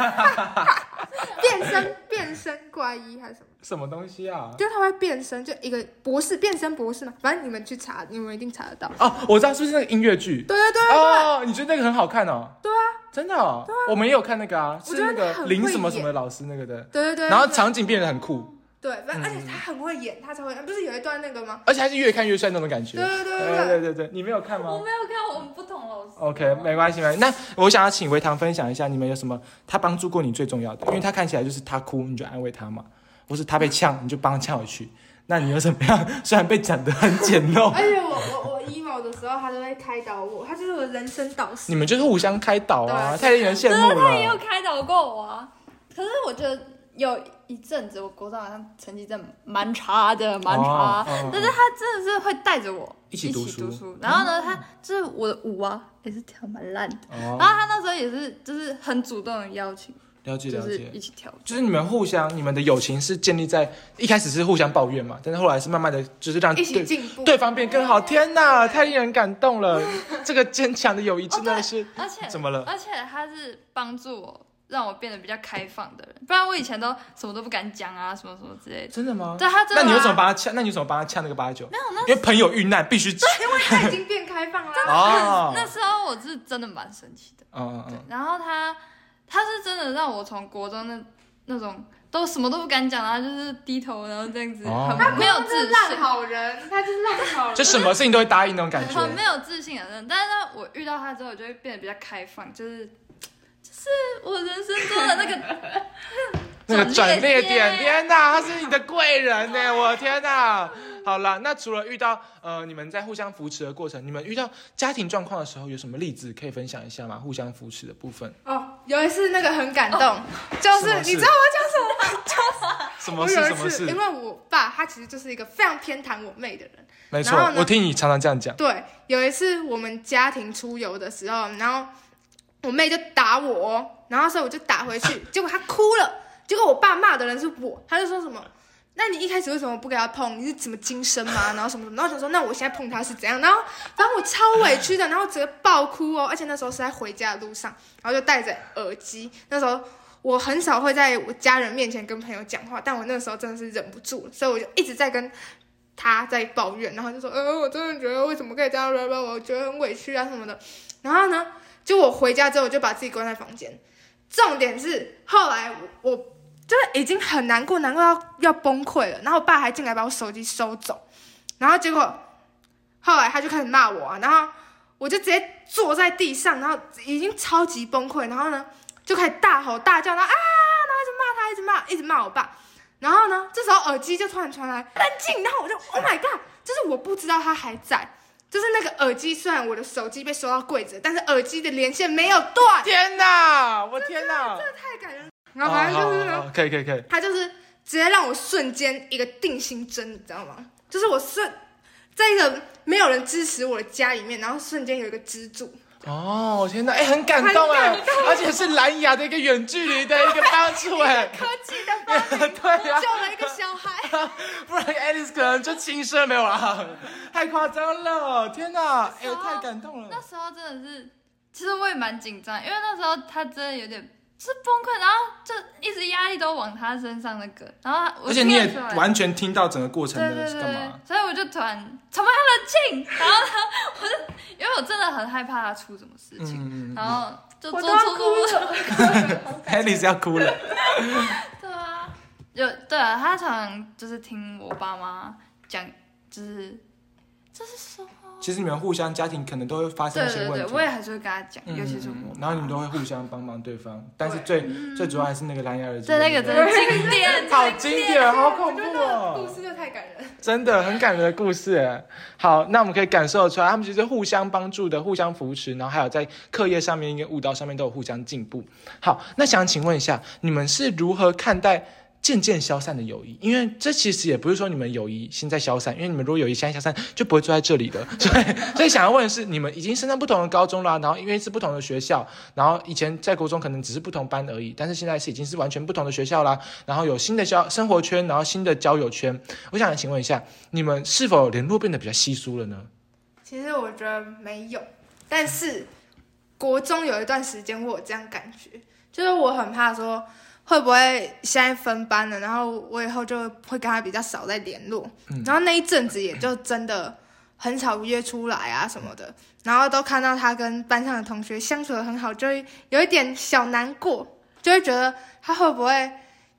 [SPEAKER 2] 变身变身怪医还是什么？
[SPEAKER 1] 什么东西啊？
[SPEAKER 2] 就他会变身，就一个博士变身博士嘛，反正你们去查，你们一定查得到。
[SPEAKER 1] 哦，我知道，是不是那个音乐剧？
[SPEAKER 2] 对对对，
[SPEAKER 1] 哦，你觉得那个很好看哦？对啊，真的哦，我们也有看那个啊，
[SPEAKER 2] 我
[SPEAKER 1] 是
[SPEAKER 2] 觉得
[SPEAKER 1] 那
[SPEAKER 2] 他
[SPEAKER 1] 个
[SPEAKER 2] 很
[SPEAKER 1] 林
[SPEAKER 2] 会
[SPEAKER 1] 什么
[SPEAKER 2] 演
[SPEAKER 1] 什么老师那个的，
[SPEAKER 2] 对对对，
[SPEAKER 1] 然后
[SPEAKER 2] 对
[SPEAKER 1] 场景变得很酷，
[SPEAKER 2] 对，反正而且他很会演，他才会，不是有一段那个吗？
[SPEAKER 1] 而且还是越看越帅那种感
[SPEAKER 2] 对
[SPEAKER 1] 觉。对
[SPEAKER 2] 对对对
[SPEAKER 1] 对
[SPEAKER 2] 对，
[SPEAKER 1] 对对，你没有看吗？
[SPEAKER 3] 我没有看，我们不同老师。
[SPEAKER 1] OK，没关系，没关系。那我想要请维唐分享一下，你们有什么他帮助过你最重要的？因为他看起来就是他哭，你就安慰他嘛；或是他被呛，你就帮他呛回去。那你又怎么样？虽然被讲的很简陋
[SPEAKER 2] 而，且我我我 emo 的时候，他都会开导我，他就是我人生导师
[SPEAKER 1] 你。们就是互相开导啊，
[SPEAKER 2] 对
[SPEAKER 1] 太令人羡
[SPEAKER 3] 真的
[SPEAKER 1] 慕
[SPEAKER 3] 他也有
[SPEAKER 1] 了。
[SPEAKER 3] 开导过我啊。可是我觉得有一阵子，我国中好像成绩真的蛮差的，蛮差。
[SPEAKER 1] 哦哦哦
[SPEAKER 3] 但是他真的是会带着我
[SPEAKER 1] 一起读
[SPEAKER 3] 读
[SPEAKER 1] 书
[SPEAKER 3] 然后呢，他就是我的舞啊，也是跳蛮烂的。然后
[SPEAKER 1] 哦，
[SPEAKER 3] 他那时候也是，就是很主动的邀请，
[SPEAKER 1] 了解
[SPEAKER 3] 就
[SPEAKER 1] 了
[SPEAKER 3] 是
[SPEAKER 1] 解。
[SPEAKER 3] 一起跳。
[SPEAKER 1] 就是你们互相，你们的友情是建立在一开始是互相抱怨嘛，但是后来是慢慢的，就是让
[SPEAKER 2] 一起
[SPEAKER 1] 对
[SPEAKER 2] 进步，
[SPEAKER 1] 对方变更好。天哪，太令人感动了！这个坚强的友谊真的是
[SPEAKER 3] 而且
[SPEAKER 1] 怎么了？
[SPEAKER 3] 而且他是帮助我，让我变得比较开放的人，不然我以前都什么都不敢讲啊，什么什么之类的。
[SPEAKER 1] 真的吗？
[SPEAKER 3] 对他真
[SPEAKER 1] 哦那
[SPEAKER 3] 的、啊，
[SPEAKER 1] 你为什么帮他呛？那你为什么帮他呛那个八九？
[SPEAKER 3] 没有那
[SPEAKER 1] 因为朋友遇难必 须
[SPEAKER 2] 因为他已经变开放啦。
[SPEAKER 1] 哦，
[SPEAKER 3] 那时候我是真的蛮生气的，
[SPEAKER 1] 嗯嗯
[SPEAKER 3] 对
[SPEAKER 1] 嗯，。
[SPEAKER 3] 然后他他是真的让我从国中那那种都什么都不敢讲啊，就是低头然后这样子，
[SPEAKER 1] 哦
[SPEAKER 3] 很没有
[SPEAKER 2] 他就是
[SPEAKER 3] 自
[SPEAKER 2] 烂
[SPEAKER 3] 信，
[SPEAKER 2] 好人，他就是烂好人。
[SPEAKER 1] 就什么事情都会答应那种感觉。
[SPEAKER 3] 很没有自信的人。但是呢，我遇到他之后，我就会变得比较开放，就是就是我人生中的那个
[SPEAKER 1] 那个转捩
[SPEAKER 3] 转捩
[SPEAKER 1] 点，
[SPEAKER 3] 点
[SPEAKER 1] 天哪，他是你的贵人呢，我的天哪！好啦，那除了遇到呃你们在互相扶持的过程，你们遇到家庭状况的时候有什么例子可以分享一下吗？互相扶持的部分，
[SPEAKER 2] 哦，有一次那个很感动，就是
[SPEAKER 1] 什么事
[SPEAKER 2] 你知道我
[SPEAKER 1] 什
[SPEAKER 2] 讲
[SPEAKER 1] 么
[SPEAKER 2] 什
[SPEAKER 1] 事
[SPEAKER 2] 么？我
[SPEAKER 1] 什
[SPEAKER 2] 有
[SPEAKER 1] 么
[SPEAKER 2] 一次，因
[SPEAKER 1] 事？
[SPEAKER 2] 为我爸他其实就是一个非常偏袒我妹的人。
[SPEAKER 1] 没错
[SPEAKER 2] 然后，呢
[SPEAKER 1] 我听你常常这样讲，
[SPEAKER 2] 对，有一次我们家庭出游的时候，然后我妹就打我，哦然后所以我就打回去，结果她哭了，结果我爸骂的人是我，他就说什么。那你一开始为什么不给她碰？你是怎么精生吗？然后什么什么？然后我想说，那我现在碰她是怎样？然后反正我超委屈的，然后直接爆哭哦。而且那时候是在回家的路上，然后就戴着耳机。那时候我很少会在我家人面前跟朋友讲话，但我那时候真的是忍不住了，所以我就一直在跟他在抱怨，然后就说，呃，我真的觉得为什么可以这样，blah blah blah，我觉得很委屈啊什么的。然后呢，就我回家之后，我就把自己关在房间。重点是后来我我就是已经很难过，难过要要崩溃了。然后我爸还进来把我手机收走，然后结果后来他就开始骂我啊，然后我就直接坐在地上，然后已经超级崩溃，然后呢就开始大吼大叫，然后啊，然后一直骂他，一直骂，一直骂我爸。然后呢，这时候耳机就突然传来安静，然后我就 Oh my God，就是我不知道他还在，就是那个耳机虽然我的手机被收到柜子，但是耳机的连线没有断，
[SPEAKER 1] 天哪，我天哪！
[SPEAKER 2] 太感人。然后反正就是
[SPEAKER 1] 哦好，好
[SPEAKER 2] 呢，
[SPEAKER 1] 好可以可以可以，
[SPEAKER 2] 他就是直接让我瞬间一个定心针，你知道吗？就是我瞬在一个没有人支持我的家里面，然后瞬间有一个支柱，
[SPEAKER 1] 哦，天哪，哎，很感动哎
[SPEAKER 2] 很感，
[SPEAKER 1] 而且是蓝牙的一个远距离的一个帮助 哎，
[SPEAKER 2] 科技的发明
[SPEAKER 1] 对啊，
[SPEAKER 2] 救了一个小孩。
[SPEAKER 1] 不然 Alice 可能就轻生没有啦， 太夸张了！天哪，哎、
[SPEAKER 3] 那时候
[SPEAKER 1] 太感动
[SPEAKER 3] 那
[SPEAKER 1] 了。
[SPEAKER 3] 时候真的是，其实我也蛮紧张，因为那时候他真的有点是崩溃，然后就一直压力都往他身上那个，然后我
[SPEAKER 1] 而且你也
[SPEAKER 3] 听得出来
[SPEAKER 1] 完全听到整个过程
[SPEAKER 3] 对
[SPEAKER 1] 的
[SPEAKER 3] 对
[SPEAKER 1] 是
[SPEAKER 3] 对
[SPEAKER 1] 干
[SPEAKER 3] 对
[SPEAKER 1] 嘛？，
[SPEAKER 3] 所以我就突然从他的近，然后呢，我就因为我真的很害怕他出什么事情，
[SPEAKER 1] 嗯
[SPEAKER 3] 然后就
[SPEAKER 2] 我
[SPEAKER 3] 做
[SPEAKER 2] 都要
[SPEAKER 3] 出
[SPEAKER 2] 哭
[SPEAKER 1] 嗯，Alice 要哭了。
[SPEAKER 3] 对啊，有对啊，他常常就是听我爸妈讲，就是这是什么？
[SPEAKER 1] 其实你们互相家庭可能都会发生
[SPEAKER 3] 对
[SPEAKER 1] 一些
[SPEAKER 3] 对
[SPEAKER 1] 问
[SPEAKER 3] 对，
[SPEAKER 1] 题，
[SPEAKER 3] 我也还是会跟他讲，
[SPEAKER 1] 嗯
[SPEAKER 3] 尤其是我
[SPEAKER 1] 嗯
[SPEAKER 3] 妈。
[SPEAKER 1] 然后你们都会互相帮忙对方，但是最最主要还是那个蓝牙耳机，
[SPEAKER 3] 嗯对那个真的经典，
[SPEAKER 1] 嗯好经典，好恐怖
[SPEAKER 2] 我觉
[SPEAKER 1] 哦
[SPEAKER 2] 得！故事就太感人了。
[SPEAKER 1] 真的很感人的故事耶。好，那我们可以感受出来，他们其实互相帮助的、互相扶持，然后还有在课业上面跟舞蹈上面都有互相进步。好，那想请问一下，你们是如何看待？渐渐消散的友谊，因为这其实也不是说你们友谊现在消散，因为你们如果友谊现在消散，就不会坐在这里的。 所以，所以想要问的是，你们已经升上不同的高中啦，然后因为是不同的学校，然后以前在国中可能只是不同班而已，但是现在是已经是完全不同的学校啦，然后有新的交生活圈，然后新的交友圈。我想请问一下，你们是否联络变得比较稀疏了呢？
[SPEAKER 2] 其实我觉得没有，但是国中有一段时间我有这样感觉，就是我很怕说会不会现在分班了，然后我以后就会跟他比较少再联络，然后那一阵子也就真的很少约出来啊什么的，然后都看到他跟班上的同学相处的很好，就会有一点小难过，就会觉得他会不会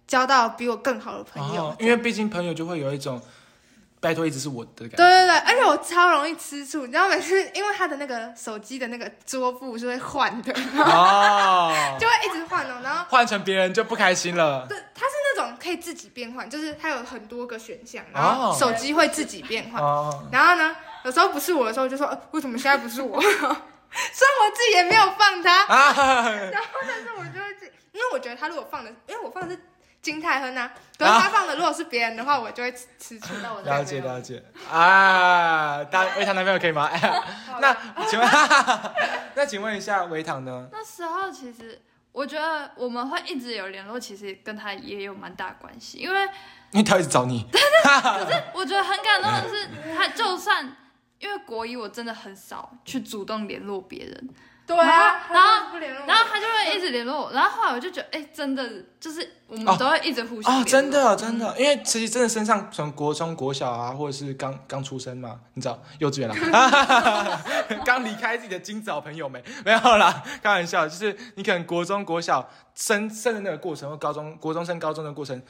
[SPEAKER 2] 交到比我更好的朋友
[SPEAKER 1] 哦，，因为毕竟朋友就会有一种拜托一直是我的感觉。
[SPEAKER 2] 对对对，而且我超容易吃醋，你知道每次因为他的那个手机的那个桌布是会换的，
[SPEAKER 1] 哦，
[SPEAKER 2] 就会一直换哦。然后
[SPEAKER 1] 换成别人就不开心了。
[SPEAKER 2] 对，他是那种可以自己变换，就是它有很多个选项，然
[SPEAKER 1] 哦
[SPEAKER 2] 后手机会自己变换。
[SPEAKER 1] 哦，
[SPEAKER 2] 然后呢，有时候不是我的时候，我就说、呃、为什么现在不是我？虽然我自己也没有放它，
[SPEAKER 1] 啊，
[SPEAKER 2] 然后但是我就会自己，因为我觉得他如果放的，因为我放的是金泰亨啊，可是他放的如果是别人的话，我就会吃吃醋。那我
[SPEAKER 1] 了解了解啊，她为她男朋友可以吗？ 那请问，那请问一下维糖呢？
[SPEAKER 3] 那时候其实我觉得我们会一直有联络，其实跟他也有蛮大关系，因为
[SPEAKER 1] 因为他一直找你，
[SPEAKER 3] 我觉得很感动的是，他就算 因为国一我真的很少去主动联络别人，
[SPEAKER 2] 对
[SPEAKER 3] 啊
[SPEAKER 2] 啊，
[SPEAKER 3] 然后
[SPEAKER 2] 他不联络我，
[SPEAKER 3] 然后他就会一直联络我，然后后来我就觉得，哎、真的就是我们
[SPEAKER 1] 哦
[SPEAKER 3] 都会一直互相、嗯
[SPEAKER 1] 哦，真，的真的，因为其实真的身上从国中、国小啊，或者是刚刚出生嘛，你知道幼稚园啦， 刚离开自己的金早朋友们，没有啦，开玩笑，就是你可能国中、国小升升的那个过程，或高中、国中升高中的过程，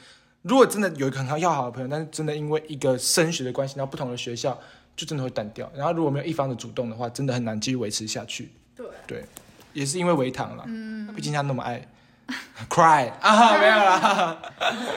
[SPEAKER 1] 如果真的有一个很好要好的朋友，但是真的因为一个升学的关系，然后不同的学校，就真的会淡掉。然后如果没有一方的主动的话，真的很难继续维持下去。
[SPEAKER 2] 对，
[SPEAKER 1] 也是因为维糖啦，
[SPEAKER 3] 嗯
[SPEAKER 1] 毕竟他那么爱 cry 啊，没有啦。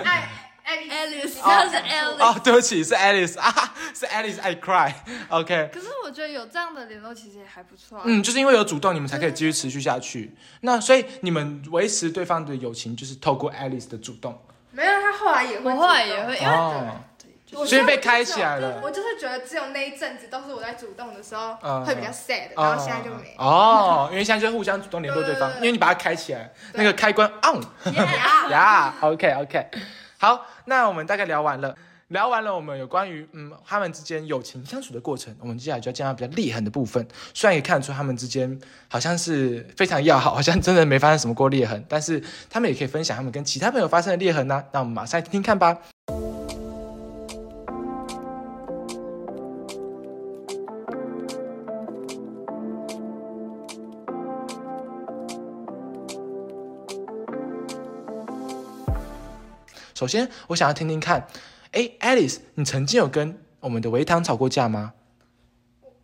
[SPEAKER 2] 爱爱丽丝
[SPEAKER 3] Alice，他是 Alice
[SPEAKER 1] 哦，对不起，是 Alice 啊， 是 Alice I cry。OK，
[SPEAKER 3] 可是我觉得有这样的联络其实也还不错、啊。
[SPEAKER 1] 嗯，就是因为有主动，你们才可以继续持续下去。那所以你们维持对方的友情，就是透过 Alice 的主动
[SPEAKER 2] 没有，他后来也会
[SPEAKER 3] 我后来也会，因为、
[SPEAKER 1] 哦，
[SPEAKER 3] 对，就
[SPEAKER 2] 主动，
[SPEAKER 1] 所
[SPEAKER 2] 我
[SPEAKER 1] 以
[SPEAKER 2] 觉得
[SPEAKER 1] 被
[SPEAKER 2] 我就
[SPEAKER 1] 开
[SPEAKER 2] 只
[SPEAKER 1] 起
[SPEAKER 2] 有
[SPEAKER 1] 来了
[SPEAKER 2] 我就是觉得只有那一阵子都是我在主动的时候
[SPEAKER 1] 嗯
[SPEAKER 2] 会比较 sad，
[SPEAKER 1] 哦
[SPEAKER 2] 然后现在就没。
[SPEAKER 1] 哦，因为现在就互相主动联络对方，
[SPEAKER 2] 对对对
[SPEAKER 1] 因为你把它开起来，
[SPEAKER 2] 对
[SPEAKER 1] 那个开关 on
[SPEAKER 2] 呀
[SPEAKER 1] 呀、o k OK，好，那我们大概聊完了。聊完了我们有关于嗯他们之间友情相处的过程，我们接下来就要进到比较裂痕的部分。虽然也看得出他们之间好像是非常要好，好像真的没发生什么过裂痕，但是他们也可以分享他们跟其他朋友发生的裂痕呢、那我们马上来听听看吧。首先，我想要听听看，哎，Alice，你曾经有跟我们的维糖吵过架吗？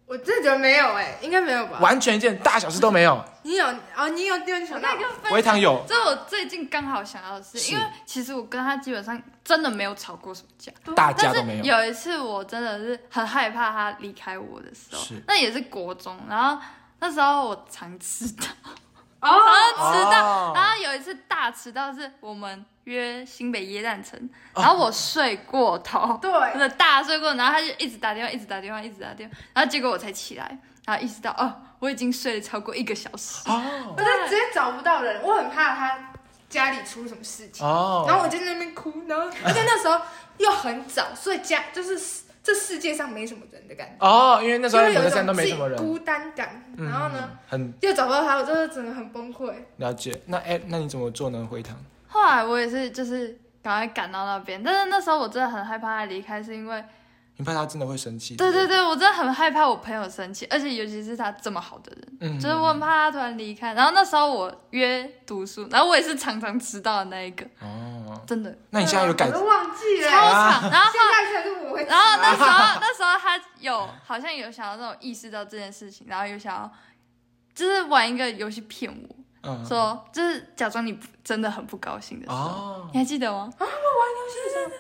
[SPEAKER 2] 我真的觉得没有哎，应该没有吧？
[SPEAKER 1] 完全一件大小事都没 有。
[SPEAKER 2] 你有哦，你有丢你
[SPEAKER 3] 我
[SPEAKER 2] 想到
[SPEAKER 3] 那个分
[SPEAKER 1] 维糖有，
[SPEAKER 3] 这我最近刚好想到的是，
[SPEAKER 1] 是
[SPEAKER 3] 因为其实我跟他基本上真的没有吵过什么架，
[SPEAKER 1] 大
[SPEAKER 3] 但
[SPEAKER 1] 家
[SPEAKER 3] 是
[SPEAKER 1] 都没有。
[SPEAKER 3] 有一次我真的是很害怕他离开我的时候
[SPEAKER 1] 是，
[SPEAKER 3] 那也是国中，然后那时候我常迟到，
[SPEAKER 2] 哦，
[SPEAKER 3] 常迟到，
[SPEAKER 1] 哦
[SPEAKER 3] 然后有一次大迟到是我们约新北耶诞城，然后我睡过头，
[SPEAKER 2] 对，
[SPEAKER 3] 真的大睡过头，然后他就一直打电话，一直打电话，一直打电话，然后结果我才起来，然后意识到哦，我已经睡了超过一个小时，
[SPEAKER 1] 哦
[SPEAKER 2] 我就直接找不到人，我很怕他家里出什么事情，
[SPEAKER 1] 哦，
[SPEAKER 2] 然后我就在那边哭， 然后而且那时候又很早，所以家就是这世界上没什么人的感觉，
[SPEAKER 1] 哦，因为那时
[SPEAKER 2] 就
[SPEAKER 1] 候
[SPEAKER 2] 是
[SPEAKER 1] 我
[SPEAKER 2] 有
[SPEAKER 1] 们
[SPEAKER 2] 一
[SPEAKER 1] 山都
[SPEAKER 2] 种自
[SPEAKER 1] 没什
[SPEAKER 2] 己
[SPEAKER 1] 么人，
[SPEAKER 2] 孤单感。
[SPEAKER 1] 嗯
[SPEAKER 2] 然后呢，，
[SPEAKER 1] 很
[SPEAKER 2] 又找不到他，我就是整个很崩溃。
[SPEAKER 1] 了解。那哎，那你怎么做呢？回堂
[SPEAKER 3] 后来我也是就是赶快赶到那边，但是那时候我真的很害怕他离开，是因为
[SPEAKER 1] 你怕他真的会生气？
[SPEAKER 3] 对对对，我真的很害怕我朋友生气，而且尤其是他这么好的人，
[SPEAKER 1] 嗯，
[SPEAKER 3] 就是我很怕他突然离开。然后那时候我约读书，然后我也是常常迟到的那一个，
[SPEAKER 1] 哦，
[SPEAKER 3] 真的
[SPEAKER 1] 那你现在有改
[SPEAKER 2] 我？都忘记
[SPEAKER 3] 超
[SPEAKER 2] 了，
[SPEAKER 3] 长。然后
[SPEAKER 2] 现在才是我会。
[SPEAKER 3] 然后那时候那时候他有好像有想要那种意识到这件事情，然后有想要就是玩一个游戏骗我，
[SPEAKER 1] 嗯，
[SPEAKER 3] 说就是假装你不真的很不高兴的时候，
[SPEAKER 1] 哦，
[SPEAKER 3] 你还记得吗？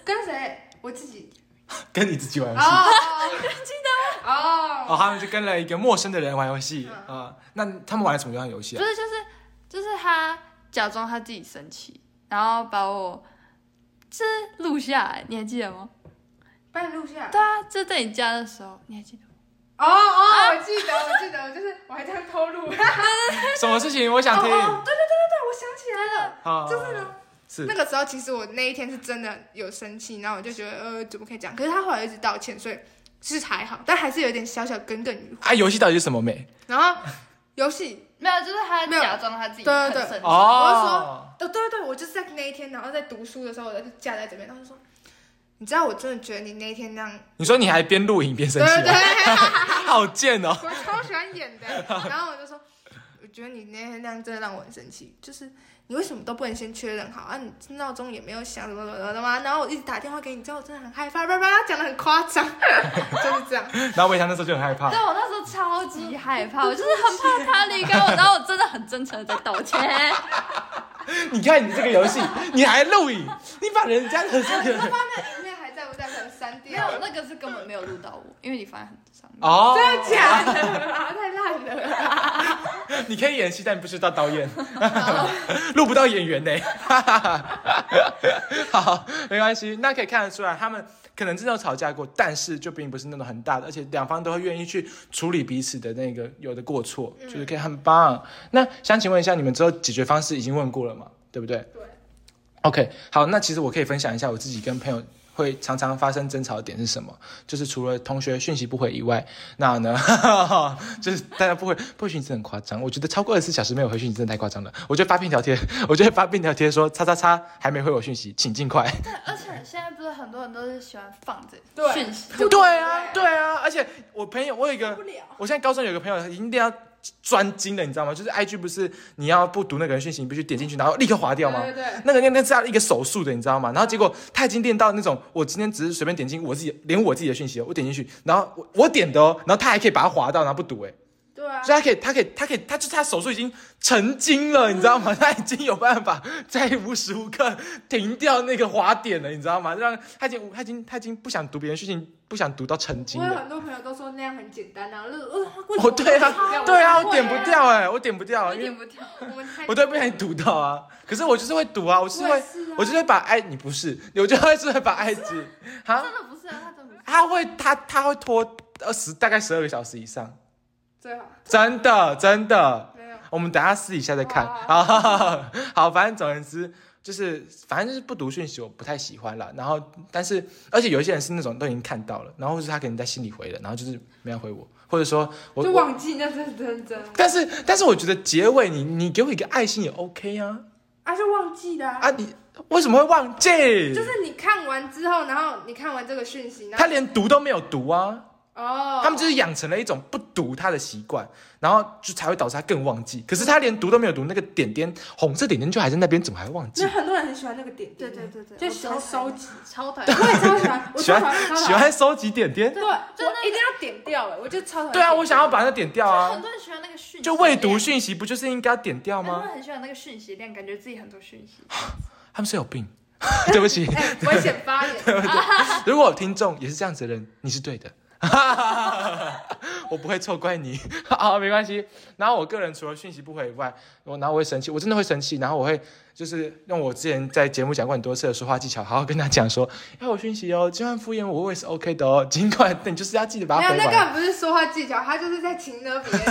[SPEAKER 2] 跟谁？我自己。
[SPEAKER 1] 跟你自己玩游
[SPEAKER 2] 哦
[SPEAKER 1] 戏。
[SPEAKER 2] 哦，哦记得哦。
[SPEAKER 1] 哦，他们就跟了一个陌生的人玩游戏
[SPEAKER 2] 嗯
[SPEAKER 1] 啊。那他们玩了什么样的游戏
[SPEAKER 3] 不
[SPEAKER 1] 啊？
[SPEAKER 3] 是，就是就是他假装他自己生气，然后把我这录下来，你还记得吗？
[SPEAKER 2] 把你录下来。
[SPEAKER 3] 对啊，就在你家的时候，你还记得吗？
[SPEAKER 2] 哦哦，我记得，我记得，我就是我还这样偷录。
[SPEAKER 1] 什么事情？我
[SPEAKER 2] 哦
[SPEAKER 1] 想
[SPEAKER 2] 哦，对
[SPEAKER 1] 听。
[SPEAKER 2] 对对对，我想起来了。
[SPEAKER 1] 啊，
[SPEAKER 2] 就是呢
[SPEAKER 1] 是
[SPEAKER 2] 那个时候其实我那一天是真的有生气，然后我就觉得呃怎么可以这样？可是他后来一直道歉，所以是还好，但还是有点小小耿耿于怀。
[SPEAKER 1] 啊，游戏到底是什么美？
[SPEAKER 2] 然后游戏，
[SPEAKER 3] 没有，就是他
[SPEAKER 2] 没有
[SPEAKER 3] 假装他自己
[SPEAKER 2] 对
[SPEAKER 3] 很
[SPEAKER 2] 对
[SPEAKER 3] 生气。
[SPEAKER 1] 哦，
[SPEAKER 2] 哦对对对，我就是在那一天，然后在读书的时候，我就架在这边，然后就说。你知道我真的觉得你那一天那样，
[SPEAKER 1] 你说你还边录影边生
[SPEAKER 2] 对对
[SPEAKER 1] 气啊，
[SPEAKER 2] 对，
[SPEAKER 1] 好贱哦。
[SPEAKER 2] 我超喜欢演的。然后我就说，我觉得你那天那样真的让我很生气，就是你为什么都不能先确认好啊？你闹钟也没有响，怎么怎么的吗？然后我一直打电话给你，你知道我真的很害怕，叭叭叭，讲的很夸张， 就是这样。
[SPEAKER 1] 然后维强那时候就很害怕
[SPEAKER 3] 对，。我那时候超级害怕，我就是很怕他离开我，然后我真的很真诚的在道歉。
[SPEAKER 1] 你看你这个游戏，你还录影，你把人家的这个
[SPEAKER 2] 里面还在不在可能删
[SPEAKER 3] 没
[SPEAKER 2] 掉了？
[SPEAKER 3] 有那个是根本没有录到我，因为你放在很上面。
[SPEAKER 1] 哦，
[SPEAKER 2] 真的假的啊？太烂了！
[SPEAKER 1] 你可以演戏，但不是当导演， 录不到演员呢。 好，没关系，那可以看得出来，他们可能真的有吵架过，但是就并不是那种很大的，而且两方都会愿意去处理彼此的那个有的过错，就是可以很棒。那想请问一下，你们之后解决方式已经问过了嘛？对不对？
[SPEAKER 2] 对。
[SPEAKER 1] OK，好，那其实我可以分享一下我自己跟朋友。会常常发生争吵的点是什么？就是除了同学讯息不回以外，那呢， 就是大家不回不回讯息很夸张。我觉得超过二十四小时没有回讯息真的太夸张了。我就发便条贴，我就会发便条贴说叉叉叉还没回我讯息，请尽快。
[SPEAKER 3] 而且现在不是很多人都是喜欢放着
[SPEAKER 2] 对
[SPEAKER 3] 讯息，
[SPEAKER 1] 对啊，对啊，而且我朋友我有一个
[SPEAKER 2] 不了。
[SPEAKER 1] 我现在高中有个朋友一定要专精的，你知道吗？就是 IG 不是你要不读那个人讯息，你必须点进去，然后立刻划掉吗？
[SPEAKER 2] 对对嗯对
[SPEAKER 1] 那个那那是他一个手速的，你知道吗？然后结果他已经练到那种，我今天只是随便点进我自己，连我自己的讯息哦，我点进去，然后我我点的哦，然后他还可以把它划到，然后不读哎、
[SPEAKER 2] 对啊，
[SPEAKER 1] 所以他可以，他可以，他可以，他就是他手速已经成精了，你知道吗？他已经有办法在无时无刻停掉那个滑点了，你知道吗？让他已经，他已经，他已经不想读别人讯息，不想读到成精
[SPEAKER 2] 我有
[SPEAKER 1] 了。
[SPEAKER 2] 很多朋友都说那样很简单，然后就是呃，为什么
[SPEAKER 1] 哦，对 啊，对啊，我
[SPEAKER 2] 不
[SPEAKER 1] 点
[SPEAKER 2] 会
[SPEAKER 1] 不掉哎、我点不掉，因
[SPEAKER 3] 有
[SPEAKER 1] 为
[SPEAKER 3] 点不跳。
[SPEAKER 2] 我们太
[SPEAKER 1] 我都会不小心读到啊。可是我就是会读啊，我就是
[SPEAKER 2] 我
[SPEAKER 1] 会
[SPEAKER 2] 也是啊，
[SPEAKER 1] 我就是会把爱，你不是，我就会是会把爱字啊
[SPEAKER 3] 真，的不是啊，他真的不是。
[SPEAKER 1] 他会他他会拖二十大概十二个小时以上，
[SPEAKER 2] 最好
[SPEAKER 1] 真的真的。
[SPEAKER 2] 没有。
[SPEAKER 1] 我们等下私底下再看。
[SPEAKER 2] 好啊
[SPEAKER 1] 好， 好，反正总而言之，就是反正就是不读讯息，我不太喜欢啦。然后，但是而且有一些人是那种都已经看到了，然后或是他可能在心里回了，然后就是没有回我，或者说我
[SPEAKER 2] 就
[SPEAKER 1] 我。
[SPEAKER 2] 忘记那是真真，
[SPEAKER 1] 但是但是我觉得结尾你你给我一个爱心也 OK 啊
[SPEAKER 2] 啊是忘记的、啊，
[SPEAKER 1] 啊！你为什么会忘记？
[SPEAKER 2] 就是你看完之后，然后你看完这个讯息，然
[SPEAKER 1] 他
[SPEAKER 2] 后
[SPEAKER 1] 连读都没有读啊。
[SPEAKER 2] 哦，
[SPEAKER 1] 他们就是养成了一种不读他的习惯，然后就才会导致他更忘记。可是他连读都没有读，那个点点红色点点就还在那边，怎么还忘 记
[SPEAKER 2] 那？很多人很喜欢那个点，
[SPEAKER 3] 对对，对对，
[SPEAKER 2] 就喜欢收集，
[SPEAKER 3] 超讨
[SPEAKER 2] 我
[SPEAKER 3] 厌。
[SPEAKER 2] 也超喜欢，我
[SPEAKER 1] 喜
[SPEAKER 2] 超
[SPEAKER 1] 欢
[SPEAKER 2] 喜欢超
[SPEAKER 1] 喜欢收集点点。
[SPEAKER 2] 对，
[SPEAKER 3] 真的
[SPEAKER 2] 我一定要点掉了，我就超讨厌
[SPEAKER 1] 对啊，我想要把它点掉
[SPEAKER 3] 就很
[SPEAKER 1] 啊。
[SPEAKER 3] 多人喜欢那个讯息，
[SPEAKER 1] 就未读。讯息不就是应该要点掉
[SPEAKER 3] 很多
[SPEAKER 1] 吗？
[SPEAKER 3] 人很喜欢那个讯息量，感觉自己很多讯息。
[SPEAKER 1] 他们是有病。 对不起，
[SPEAKER 2] 哎危险 发言，
[SPEAKER 1] 如果有听众也是这样子的人，你是对的。 我不会错怪 你啊，没关系。然后我个人除了讯息不回以外，我然后我会生气，我真的会生气。然后我会就是用我之前在节目讲过很多次的说话技巧，好好跟他讲说， 要我讯息哦，就算敷衍我，我也是 OK 的哦。 尽管你就是要记得把
[SPEAKER 2] 没
[SPEAKER 1] 它
[SPEAKER 2] 有
[SPEAKER 1] 回
[SPEAKER 2] 那
[SPEAKER 1] 完。
[SPEAKER 2] 根 本不是说话技巧，他就是在情勒别人，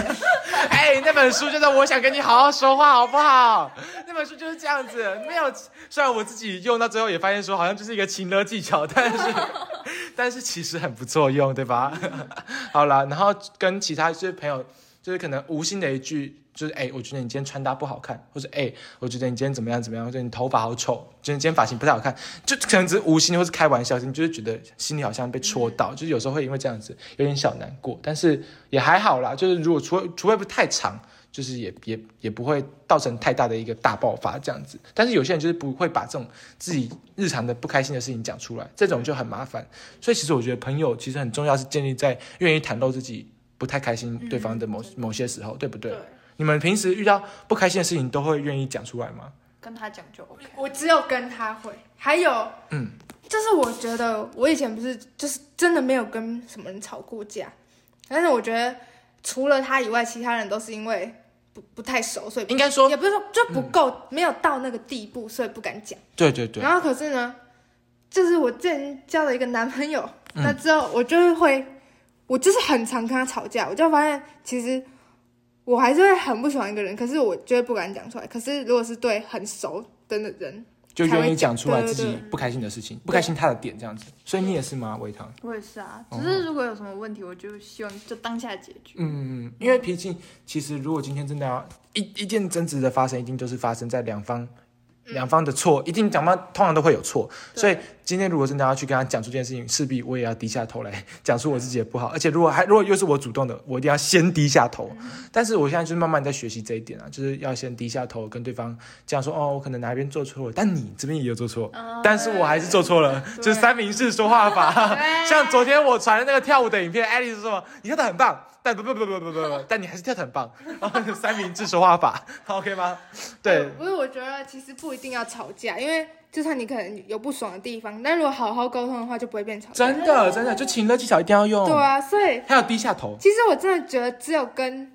[SPEAKER 1] 哎、那本书就是我想跟你好好说话，好不好？ 那本书就是这样子，没有。虽然我自己用到最后也发现说，好像就是一个情勒技巧，但是 但是其实很不错用，对吧？ 好啦，然后跟其他就是朋友，就是可能无心的一句。就是哎、我觉得你今天穿搭不好看，或者哎、我觉得你今天怎么样怎么样，或者你头发好丑，觉得你今天发型不太好看，就可能只是无心或是开玩笑，你就是觉得心里好像被戳到，就是有时候会因为这样子有点小难过，但是也还好啦，就是如果除除非不太长，就是也也也不会造成太大的一个大爆发这样子。但是有些人就是不会把这种自己日常的不开心的事情讲出来，这种就很麻烦。所以其实我觉得朋友其实很重要，是建立在愿意袒露自己不太开心对方的某、某些时候，对不对？
[SPEAKER 2] 对
[SPEAKER 1] 你们平时遇到不开心的事情都会愿意讲出来吗？
[SPEAKER 3] 跟他讲就 OK。
[SPEAKER 2] 我只有跟他会，还有，
[SPEAKER 1] 嗯，
[SPEAKER 2] 就是我觉得我以前不是就是真的没有跟什么人吵过架，但是我觉得除了他以外，其他人都是因为不不太熟，所以
[SPEAKER 1] 应该说，
[SPEAKER 2] 也不是说就不够、没有到那个地步，所以不敢讲。
[SPEAKER 1] 对对对，
[SPEAKER 2] 然后可是呢，就是我之前交了一个男朋友，
[SPEAKER 1] 嗯
[SPEAKER 2] 那之后我就是会，我就是很常跟他吵架，我就发现其实我还是会很不喜欢一个人，可是我就会不敢讲出来。可是如果是对很熟的人，
[SPEAKER 1] 就愿意讲出来
[SPEAKER 2] 才
[SPEAKER 1] 自
[SPEAKER 2] 会讲
[SPEAKER 1] 己不开心的事情，不开心他的点这样子。所以你也是吗，维唐？
[SPEAKER 3] 我也是啊，
[SPEAKER 1] 哦
[SPEAKER 3] 只是如果有什么问题，我就希望就当下解决。
[SPEAKER 1] 嗯，因为毕竟其实如果今天真的要一一件争执的发生，一定就是发生在两方两方的错，一定两方通常都会有错，
[SPEAKER 2] 嗯对
[SPEAKER 1] 所以今天如果真的要去跟他讲出这件事情，势必我也要低下头来 讲出我自己的不好，而且如果还如果又是我主动的，我一定要先低下头。
[SPEAKER 2] 嗯
[SPEAKER 1] 但是我现在就是慢慢在学习这一点啊，就是要先低下头跟对方这样说，哦，我可能哪边做错了，但你这边也有做错，但是我还是做错了，
[SPEAKER 2] 哦对
[SPEAKER 1] 就是三明治说话法。
[SPEAKER 2] 对
[SPEAKER 1] 像昨天我传的那个跳舞的影片，艾丽是说你跳的很棒，但不不不不不不不，但你还是跳的很棒。 然后就三明治说话法，OK 吗？对，
[SPEAKER 2] 不是，我觉得其实不一定要吵架，因为就算你可能有不爽的地方，但如果好好沟通的话，就不会变吵架。
[SPEAKER 1] 真的真的，就情乐技巧一定要用。
[SPEAKER 2] 对啊，所以
[SPEAKER 1] 还有低下头，
[SPEAKER 2] 其实我真的觉得只有跟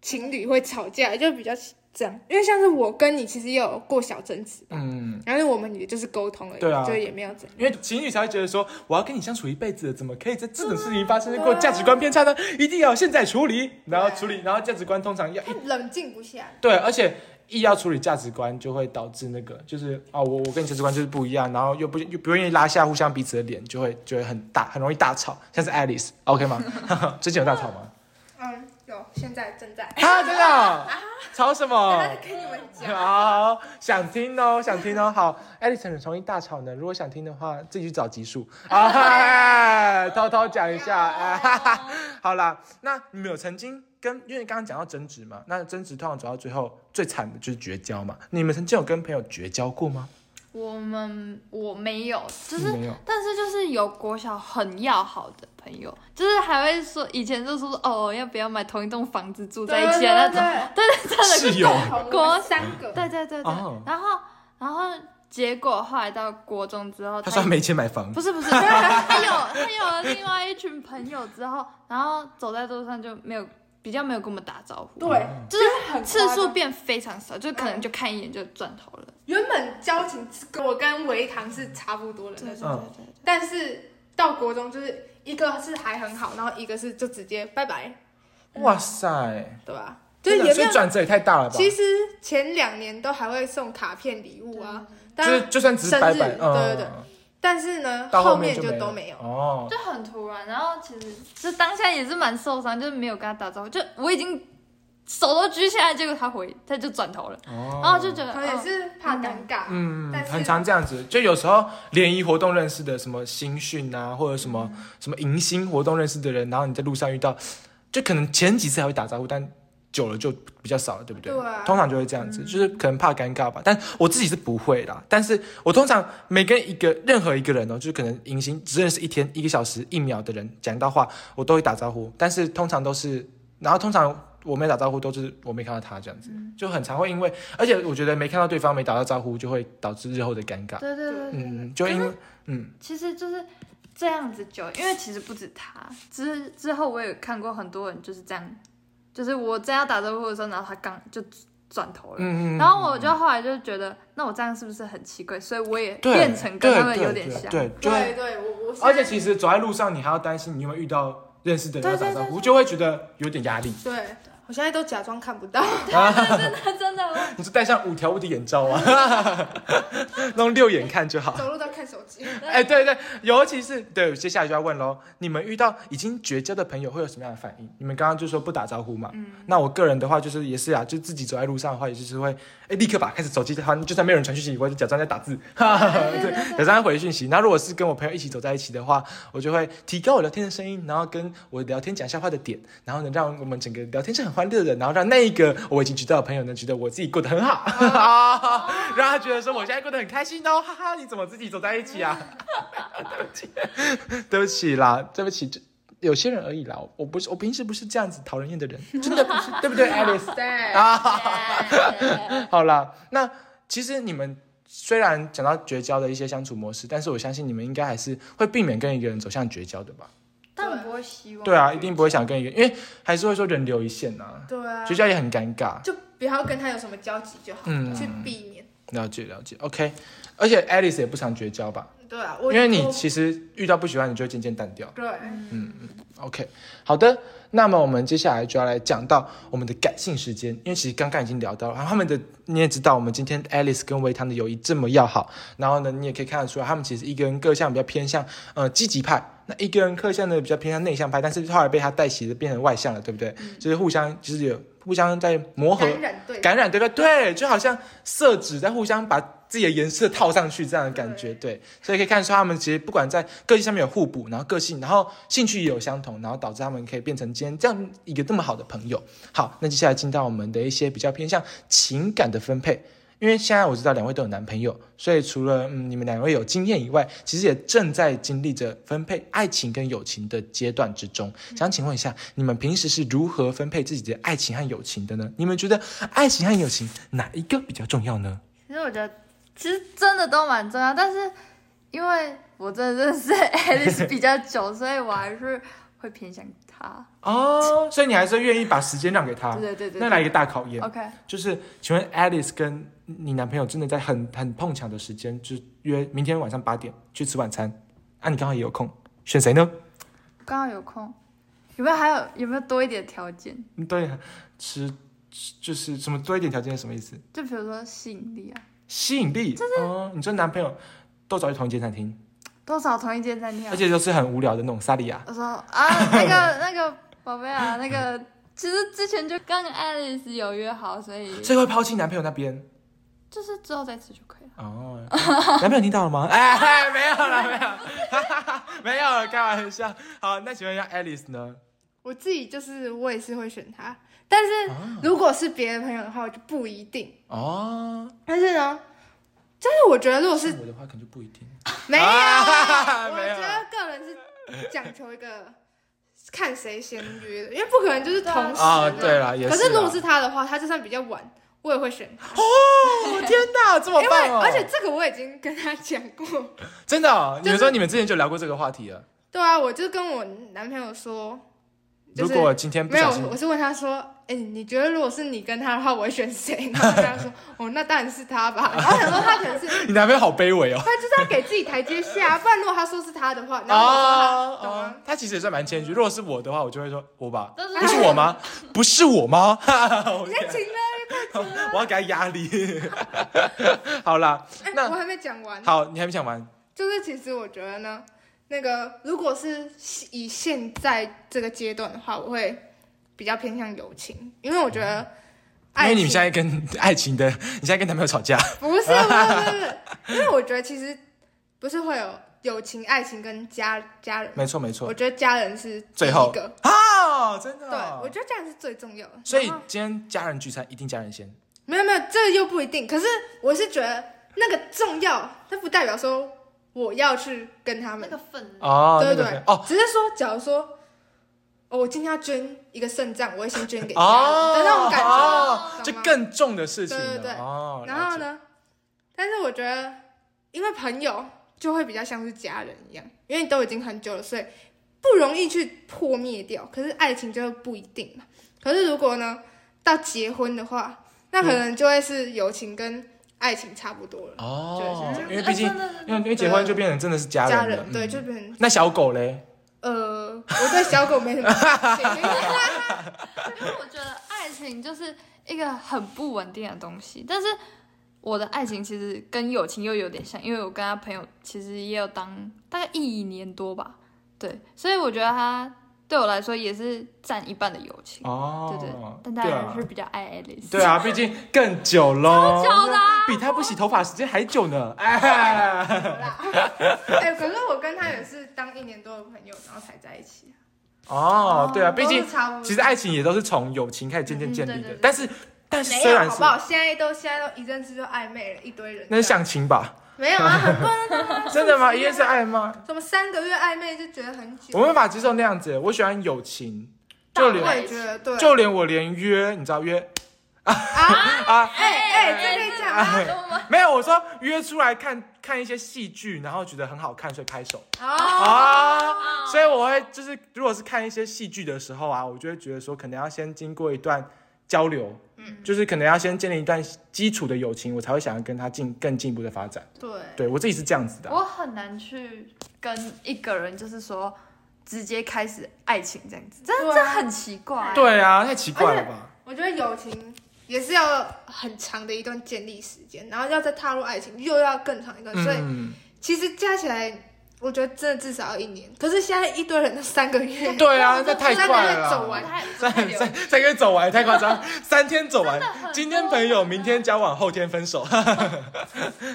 [SPEAKER 2] 情侣会吵架，就比较这样，因为像是我跟你其实也有过小争执，
[SPEAKER 1] 嗯，
[SPEAKER 2] 然后我们也就是沟通而已，
[SPEAKER 1] 对啊
[SPEAKER 2] 就也没有怎样。
[SPEAKER 1] 因为情侣才会觉得说，我要跟你相处一辈子，怎么可以在这种事情发生过价值观偏差呢？一定要现在处理，然后处理，然后价值观通常要一
[SPEAKER 2] 冷静不下，
[SPEAKER 1] 对，而且一要处理价值观，就会导致那个就是啊、我我跟你价值观就是不一样，然后又不又不愿意拉下互相彼此的脸，就会就会很大，很容易大吵，像是 Alice，OK、吗？ 最近有大吵吗？
[SPEAKER 2] 嗯，有，现在正在，
[SPEAKER 1] 啊，真的哦、吵什么？
[SPEAKER 2] 跟你们 讲，
[SPEAKER 1] 好，想听 哦，想听哦。好，Alison 很容易大吵呢。如果想听的话，自己去找集 数啊，嗨偷偷讲一下。哎哈哈好啦，那你们有曾经跟，因为刚刚讲到争执嘛，那争执通常走到最后最惨的就是绝交嘛。你们曾经有跟朋友绝交过吗？
[SPEAKER 3] 我们我没有，就是
[SPEAKER 1] 没有
[SPEAKER 3] 但是就是有国小很要好的朋友，就是还会说以前就说哦要不要买同一栋房子住在一起啊那种，
[SPEAKER 2] 种，
[SPEAKER 1] 室友
[SPEAKER 3] 国
[SPEAKER 2] 三个，
[SPEAKER 3] 对对对对，
[SPEAKER 1] 哦
[SPEAKER 3] 然后然后结果后来到国中之后，
[SPEAKER 1] 他说他没钱买房
[SPEAKER 3] 不，是不是， 他有他有了另外一群朋友之后，然后走在路上就没有比较没有跟我们打招呼，
[SPEAKER 2] 对，嗯
[SPEAKER 3] 就是
[SPEAKER 2] 很
[SPEAKER 3] 次
[SPEAKER 2] 夸
[SPEAKER 3] 数
[SPEAKER 2] 张
[SPEAKER 3] 变非常少，就可能就看一眼就转头了，
[SPEAKER 2] 原本交情是跟我跟维唐是差不多的那
[SPEAKER 3] 对对
[SPEAKER 2] 种，
[SPEAKER 3] 对
[SPEAKER 1] 哦嗯
[SPEAKER 3] 对对。
[SPEAKER 2] 但是到国中就是一个是还很好，然后一个是就直接拜拜，
[SPEAKER 1] 哇塞，
[SPEAKER 2] 对吧？就
[SPEAKER 1] 真
[SPEAKER 2] 是
[SPEAKER 1] 的
[SPEAKER 2] 也没
[SPEAKER 1] 所以
[SPEAKER 2] 有。
[SPEAKER 1] 转折也太大了吧？
[SPEAKER 2] 其实前两年都还会送卡片礼物啊，
[SPEAKER 1] 就
[SPEAKER 2] 但
[SPEAKER 1] 是就算只是拜拜，
[SPEAKER 2] 生日
[SPEAKER 1] 嗯，
[SPEAKER 2] 对对对但是呢，
[SPEAKER 1] 到
[SPEAKER 2] 后
[SPEAKER 1] 面就
[SPEAKER 2] 就
[SPEAKER 1] 了
[SPEAKER 2] 都没有。
[SPEAKER 1] 哦。
[SPEAKER 3] 就很突然，然后其实就当下也是蛮受伤，就是没有跟他打招呼，就我已经手都举起来，结果他回他就转头了，
[SPEAKER 1] 哦
[SPEAKER 3] 然后就觉得
[SPEAKER 2] 可能也
[SPEAKER 3] 哦
[SPEAKER 2] 是怕尴尬，
[SPEAKER 1] 嗯，
[SPEAKER 2] 但是
[SPEAKER 1] 很常这样子，就有时候联谊活动认识的什么新训啊，或者什么、
[SPEAKER 2] 嗯
[SPEAKER 1] 什么迎新活动认识的人，然后你在路上遇到，就可能前几次还会打招呼，但久了就比较少了，对不对？
[SPEAKER 2] 对啊
[SPEAKER 1] 通常就会这样子，就是可能怕尴尬吧。但我自己是不会啦，但是我通常每跟一个任何一个人哦，就是可能迎新只认识一天、一个小时、一秒的人讲到话，我都会打招呼，但是通常都是，然后通常我没打招呼都是我没看到他这样子，
[SPEAKER 3] 嗯
[SPEAKER 1] 就很常会因为，而且我觉得没看到对方没打到招呼，就会导致日后的尴尬。
[SPEAKER 3] 对对对对，
[SPEAKER 1] 嗯，就因为嗯，
[SPEAKER 3] 其实就是这样子久，因为其实不止他，之之后我也看过很多人就是这样，就是我正要打招呼的时候，然后他刚就转头了。
[SPEAKER 1] 嗯嗯，
[SPEAKER 3] 然后我就后来就觉得，那我这样是不是很奇怪？所以我也
[SPEAKER 1] 对
[SPEAKER 3] 变成跟他们
[SPEAKER 1] 对
[SPEAKER 3] 有点
[SPEAKER 1] 对
[SPEAKER 3] 像。
[SPEAKER 1] 对，就会
[SPEAKER 2] 对对，我我现
[SPEAKER 1] 而且
[SPEAKER 2] 在
[SPEAKER 1] 其实走在路上，你还要担心你有没有遇到认识的人要
[SPEAKER 3] 对
[SPEAKER 1] 打
[SPEAKER 3] 对
[SPEAKER 1] 招
[SPEAKER 3] 对
[SPEAKER 1] 呼，
[SPEAKER 3] 对
[SPEAKER 1] 就会觉得有点压力。
[SPEAKER 2] 对我现在都假装看不 到，
[SPEAKER 3] 他 真的，我
[SPEAKER 1] 你就戴上五条悟的眼罩啊， 弄六眼看就好。
[SPEAKER 2] 走路都看手 机。
[SPEAKER 1] 哎，对对，尤其是对，接下来就要问喽，你们遇到已经绝交的朋友会有什么样的反应？你们刚刚就说不打招呼嘛，那我个人的话就是也是啊，就自己走在路上的话，也就是会哎立刻把开始手机，好像就算没有人传讯息，我就假装在打字， 哈哈哈，对，假装在回讯息。那如果是跟我朋友一起走在一起的话，我就会提高我聊天的声音，然后跟我聊天讲笑话的点，然后呢让我们整个聊天是很欢乐的，然后让那一个我已经知道的朋友呢觉得我自己过得很好， 啊，让他觉得说我现在过得很开心哦，哈哈，你怎么自己走在一起啊？对不起啦，对不起，这有些人而已啦。我不是，我平时不是这样子讨人厌的 人，真的不是，对不 对，Alice？
[SPEAKER 2] 对，
[SPEAKER 1] 啊，好啦，那其实你们虽然讲到绝交的一些相处模式，但是我相信你们应该还是会避免跟一个人走向绝交的吧？
[SPEAKER 3] 但我不会希望。
[SPEAKER 1] 对啊，一定不会想跟一个，因为还是会说人留一线呐、啊，
[SPEAKER 2] 对啊
[SPEAKER 1] 绝，交也很尴尬。
[SPEAKER 2] 就不要跟他有什么交集就好，
[SPEAKER 1] 嗯
[SPEAKER 2] 去避免。
[SPEAKER 1] 了解了解，OK。而且 Alice 也不常绝交吧，
[SPEAKER 2] 对啊，
[SPEAKER 1] 因
[SPEAKER 2] 我
[SPEAKER 1] 为你
[SPEAKER 2] 我
[SPEAKER 3] 嗯
[SPEAKER 1] 其实遇到不喜欢你就会渐渐淡掉。
[SPEAKER 2] 对，
[SPEAKER 1] OK，好的，那么我们接下来就要来讲到我们的感性时间，因为其实刚刚已经聊到了，然后他们的你也知道，我们今天 Alice 跟维他们的友谊这么要好，然后呢，你也可以看得出来，他们其实一个人各项比较偏向呃积极派，那一个人各项呢比较偏向内向派，但是后来被他带起的变成外向了，对不对？就是互相就是有互相在磨合，
[SPEAKER 2] 感染对，
[SPEAKER 1] 感染对吧？对，就好像色纸在互相把自己的颜色套上去这样的感觉，对，所以可以看出他们其实不管在个性上面有互补，然后个性，然后兴趣也有相同，然后导致他们可以变成今天这样一个这么好的朋友。好，那接下来进到我们的一些比较偏向情感的分配。因为现在我知道两位都有男朋友，所以除了嗯你们两位有经验以外，其实也正在经历着分配爱情跟友情的阶段之中。想请问一下，你们平时是如何分配自己的爱情和友情的呢？你们觉得爱情和友情哪一个比较重要呢？
[SPEAKER 3] 其实我
[SPEAKER 1] 嗯
[SPEAKER 3] 觉得，其实真的都蛮重要，但是因为我真的认识 Alice 比较久，所以我还是会偏向他。
[SPEAKER 1] 哦，所以你还是愿意把时间让给他。
[SPEAKER 3] 对对对哦对，
[SPEAKER 1] 啊那来一个大考验，
[SPEAKER 3] OK，
[SPEAKER 1] 就是请问 Alice 跟你男朋友真的在很很碰巧的时间，就是约明天晚上八点去吃晚餐，啊，你刚好也有空，选谁呢？
[SPEAKER 3] 刚好有空，有没有还有有没有多一点条件？
[SPEAKER 1] 嗯对，吃吃就是什么多一点条件是什么意思？
[SPEAKER 3] 就比如说吸引力啊，
[SPEAKER 1] 吸引力，哦，你说男朋友都找去同一间餐厅，
[SPEAKER 3] 多少同一间餐厅啊
[SPEAKER 1] 而？且都是很无聊的那种萨莉亚，
[SPEAKER 3] 我说啊，那 个那个宝贝啊，那个其实之前就跟 Alice 有约好，所以
[SPEAKER 1] 所以会抛弃男朋友那边。
[SPEAKER 3] 就是之后再吃就可以了。
[SPEAKER 1] 哦，男朋友听到了吗？ 哎，没有了，没有了，没有了，开玩笑。好，那请问一下 Alice 呢？
[SPEAKER 2] 我自己就是我也是会选他，但是
[SPEAKER 1] 啊
[SPEAKER 2] 如果是别的朋友的话，我就不一定。
[SPEAKER 1] 哦，
[SPEAKER 2] 但是呢，但是我觉得如果是
[SPEAKER 1] 我的话可能就不一定。
[SPEAKER 2] 没有
[SPEAKER 1] 啊
[SPEAKER 2] 啊，我
[SPEAKER 1] 没有
[SPEAKER 2] 觉得个人是讲求一个看谁先约的，因为不可能就是同时
[SPEAKER 1] 啊，
[SPEAKER 2] 啊
[SPEAKER 1] 对了，也
[SPEAKER 2] 可是
[SPEAKER 1] 是
[SPEAKER 2] 如果
[SPEAKER 1] 啦。
[SPEAKER 2] 是他的话，他就算比较晚，我也会选他，
[SPEAKER 1] 哦，天哪，这么
[SPEAKER 2] 因为
[SPEAKER 1] 棒哦！
[SPEAKER 2] 而且这个我已经跟他讲过。
[SPEAKER 1] 真的哦，你
[SPEAKER 2] 就
[SPEAKER 1] 们
[SPEAKER 2] 是
[SPEAKER 1] 说你们之前就聊过这个话题了。
[SPEAKER 2] 对啊，我就跟我男朋友说，就
[SPEAKER 1] 如
[SPEAKER 2] 是
[SPEAKER 1] 果今天不
[SPEAKER 2] 没有
[SPEAKER 1] 小心，，
[SPEAKER 2] 我是问他说，哎、你觉得如果是你跟他的话，我会选谁？然后他跟他说，哦，那当然是他吧。然后我想说他可 能是
[SPEAKER 1] 你男朋友好卑微哦。
[SPEAKER 2] 他就是要给自己台阶下，不然如果他说是他的话， 然后
[SPEAKER 1] 哦
[SPEAKER 2] 我说他，懂吗？
[SPEAKER 1] 他其实也算蛮谦虚。如果是我的话，我就会说我吧，
[SPEAKER 3] 但是
[SPEAKER 1] 不是我吗？不是我吗？ 哈哈我
[SPEAKER 2] 你看情了，啊
[SPEAKER 1] 我要给他压力。 好啦，
[SPEAKER 2] 哎、
[SPEAKER 1] 那
[SPEAKER 2] 我还没讲完。
[SPEAKER 1] 好，你还没讲完
[SPEAKER 2] 就是其实我觉得呢，那个如果是以现在这个阶段的话，我会比较偏向友情，因为我觉得
[SPEAKER 1] 嗯因
[SPEAKER 2] 爱
[SPEAKER 1] 为
[SPEAKER 2] 情
[SPEAKER 1] 你们现在跟 爱情的，你现在跟男朋友吵架，
[SPEAKER 2] 不是不是不是，不是因为我觉得其实不是会有友情、爱情跟家家人，
[SPEAKER 1] 没错没
[SPEAKER 2] 我
[SPEAKER 1] 错
[SPEAKER 2] 觉得家人是第
[SPEAKER 1] 最
[SPEAKER 2] 一
[SPEAKER 1] 后
[SPEAKER 2] 个，
[SPEAKER 1] 哦，真的
[SPEAKER 2] 对我
[SPEAKER 1] 哦。
[SPEAKER 2] 觉得家人是最重要的。
[SPEAKER 1] 所以
[SPEAKER 2] 然后
[SPEAKER 1] 今天家人聚餐一定家人先，
[SPEAKER 2] 没有没有，这又不一定。可是我是觉得那个重要，但不代表说我要去跟他
[SPEAKER 3] 那
[SPEAKER 2] 们
[SPEAKER 3] 个分量，
[SPEAKER 1] 哦，
[SPEAKER 2] 嗯
[SPEAKER 1] 那
[SPEAKER 2] 对对
[SPEAKER 1] 个
[SPEAKER 2] 对，
[SPEAKER 1] 哦，
[SPEAKER 2] 只是说，假如说，哦，我今天要捐一个肾脏，我会先捐给家人
[SPEAKER 1] 哦
[SPEAKER 2] 的那种感
[SPEAKER 1] 哦
[SPEAKER 2] 觉，
[SPEAKER 1] 就
[SPEAKER 2] 懂吗
[SPEAKER 1] 更重的事情了
[SPEAKER 2] 对对对
[SPEAKER 1] 哦。
[SPEAKER 2] 然后
[SPEAKER 1] 了解？
[SPEAKER 2] 呢，但是我觉得，因为朋友就会比较像是家人一样，因为都已经很久了，所以不容易去破灭掉。可是爱情就不一定嘛。可是如果呢，到结婚的话，那可能就会是友情跟爱情差不多了。
[SPEAKER 1] 哦因
[SPEAKER 2] 对，
[SPEAKER 1] 为毕竟
[SPEAKER 3] 哎真的
[SPEAKER 1] 因为因为结婚就变成真的是家
[SPEAKER 2] 嗯家
[SPEAKER 1] 人了
[SPEAKER 2] 人，对，
[SPEAKER 1] 嗯
[SPEAKER 2] 就变成
[SPEAKER 1] 那小狗嘞？
[SPEAKER 2] 呃，我对小狗没什么感 情。
[SPEAKER 3] 因为我觉得爱情就是一个很不稳定的东西，但是我的爱情其实跟友情又有点像，因为我跟他朋友其实也有当大概一年多吧，对，所以我觉得他对我来说也是占一半的友情，
[SPEAKER 1] 哦，
[SPEAKER 3] 对对，但当
[SPEAKER 1] 对
[SPEAKER 3] 然
[SPEAKER 1] 啊
[SPEAKER 3] 还是比较爱 Alice，
[SPEAKER 1] 对啊，毕竟更久喽，
[SPEAKER 3] 久的啊
[SPEAKER 1] 比他不洗头发时间还久呢。
[SPEAKER 2] 啊
[SPEAKER 1] 哎，
[SPEAKER 2] 哎、可是我跟他也是当一年多的朋友，然后才在一起、啊
[SPEAKER 1] 哦，对啊，毕
[SPEAKER 2] 都
[SPEAKER 1] 竟
[SPEAKER 2] 是差不多
[SPEAKER 1] 其实爱情也都是从友情开始渐渐建立
[SPEAKER 3] 嗯对
[SPEAKER 1] 的
[SPEAKER 3] 对对，
[SPEAKER 1] 但是但是
[SPEAKER 2] 没
[SPEAKER 1] 虽
[SPEAKER 2] 有
[SPEAKER 1] 然
[SPEAKER 2] 好
[SPEAKER 1] 是
[SPEAKER 2] 不好？现在都现在都一阵子就暧昧了一堆人，
[SPEAKER 1] 那是相亲吧？
[SPEAKER 2] 没有啊，很多人
[SPEAKER 1] 真的吗？一夜是爱吗？
[SPEAKER 2] 什么三个月暧昧就觉得很久，
[SPEAKER 1] 我没办法接受那样子，我喜欢友情，就
[SPEAKER 2] 我
[SPEAKER 1] 连
[SPEAKER 2] 也觉得对，
[SPEAKER 1] 就连我连约，你知道约
[SPEAKER 2] 啊，
[SPEAKER 1] 啊？
[SPEAKER 2] 哎哎，这可以讲吗？
[SPEAKER 1] 没有，我说约出来看看一些戏剧，然后觉得很好看，所以拍手。啊
[SPEAKER 2] 哦，
[SPEAKER 1] 所以我会就是，如果是看一些戏剧的时候啊，我就会觉得说，可能要先经过一段交流，嗯，就是可能要先建立一段基础的友情，我才会想要跟他进更进一步的发展。
[SPEAKER 2] 对，
[SPEAKER 1] 对我自己是这样子的啊、
[SPEAKER 3] 我很难去跟一个人就是说直接开始爱情这样子，这
[SPEAKER 2] 对啊
[SPEAKER 3] 这很奇怪。
[SPEAKER 1] 对啊，太奇怪了吧？
[SPEAKER 2] 我觉得友情也是要很长的一段建立时间，然后要再踏入爱情又要更长一段，呃所以
[SPEAKER 1] 嗯，
[SPEAKER 2] 其实加起来，我觉得真的至少要一年。可是现在一堆人都三个月，
[SPEAKER 1] 对啊，这太
[SPEAKER 2] 三个
[SPEAKER 1] 快
[SPEAKER 2] 月
[SPEAKER 1] 了
[SPEAKER 2] 走
[SPEAKER 1] 啦
[SPEAKER 2] 完。。
[SPEAKER 1] 三三三个月走完太夸 张，三天走完
[SPEAKER 3] 真的
[SPEAKER 2] 啊
[SPEAKER 3] 很多，
[SPEAKER 1] 今天朋友，明天交往，后天分手。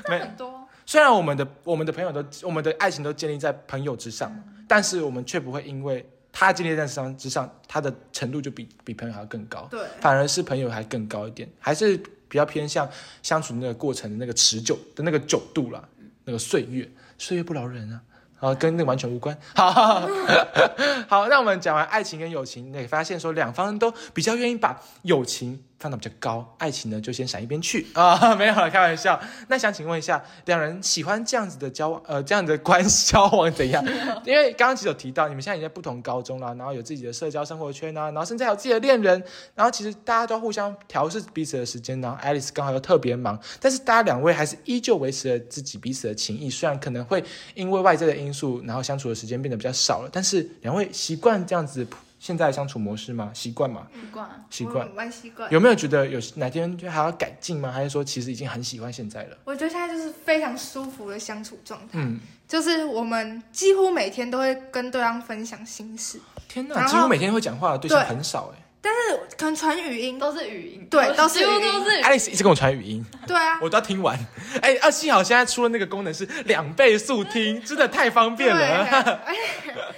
[SPEAKER 3] 这很多，
[SPEAKER 1] 虽然我们的我们的朋友都我们的爱情都建立在朋友之上，
[SPEAKER 2] 嗯
[SPEAKER 1] 但是我们却不会因为他建立在上之上，他的程度就比比朋友还要更高，
[SPEAKER 2] 对，
[SPEAKER 1] 反而是朋友还更高一点，还是比较偏向相处那个过程的那个持久的那个久度啦，那个岁月，岁月不饶人啊。啊，跟那个完全无关。 好， 好，那我们讲完爱情跟友情，那也发现说两方都比较愿意把友情放到比较高，爱情呢就先闪一边去 啊，没有了，开玩笑。那想请问一下，两人喜欢这样子的交往，呃，这样的关 系交往怎样？因为刚刚其实有提到，你们现在已经在不同高中啦，然后有自己的社交生活圈啊，然后甚至还有自己的恋人，然后其实大家都互相调试彼此的时间，然后 Alice 刚好又特别忙，但是大家两位还是依旧维持了自己彼此的情谊，虽然可能会因为外在的因素，然后相处的时间变得比较少了，但是两位习惯这样子现在的相处模式吗？习惯吗？
[SPEAKER 3] 不管
[SPEAKER 1] 习惯
[SPEAKER 2] 我蛮习惯。
[SPEAKER 1] 有没有觉得有哪天就还要改进吗？还是说其实已经很喜欢现在了？
[SPEAKER 2] 我觉得现在就是非常舒服的相处状态，
[SPEAKER 1] 嗯，
[SPEAKER 2] 就是我们几乎每天都会跟对方分享心事，
[SPEAKER 1] 天
[SPEAKER 2] 然
[SPEAKER 1] 哪，
[SPEAKER 2] 后
[SPEAKER 1] 几乎每天会讲话的对象
[SPEAKER 2] 对
[SPEAKER 1] 很少哎、
[SPEAKER 2] 但是可能传语音，
[SPEAKER 3] 都是语音，
[SPEAKER 2] 对都是
[SPEAKER 3] 几乎
[SPEAKER 2] 语音
[SPEAKER 3] 都是语音
[SPEAKER 1] Alice 一直跟我传语音，
[SPEAKER 2] 对啊，
[SPEAKER 1] 我都要听 完。哎、啊，幸好现在出了那个功能是两倍速 听，真的太方便了。
[SPEAKER 2] 对，哎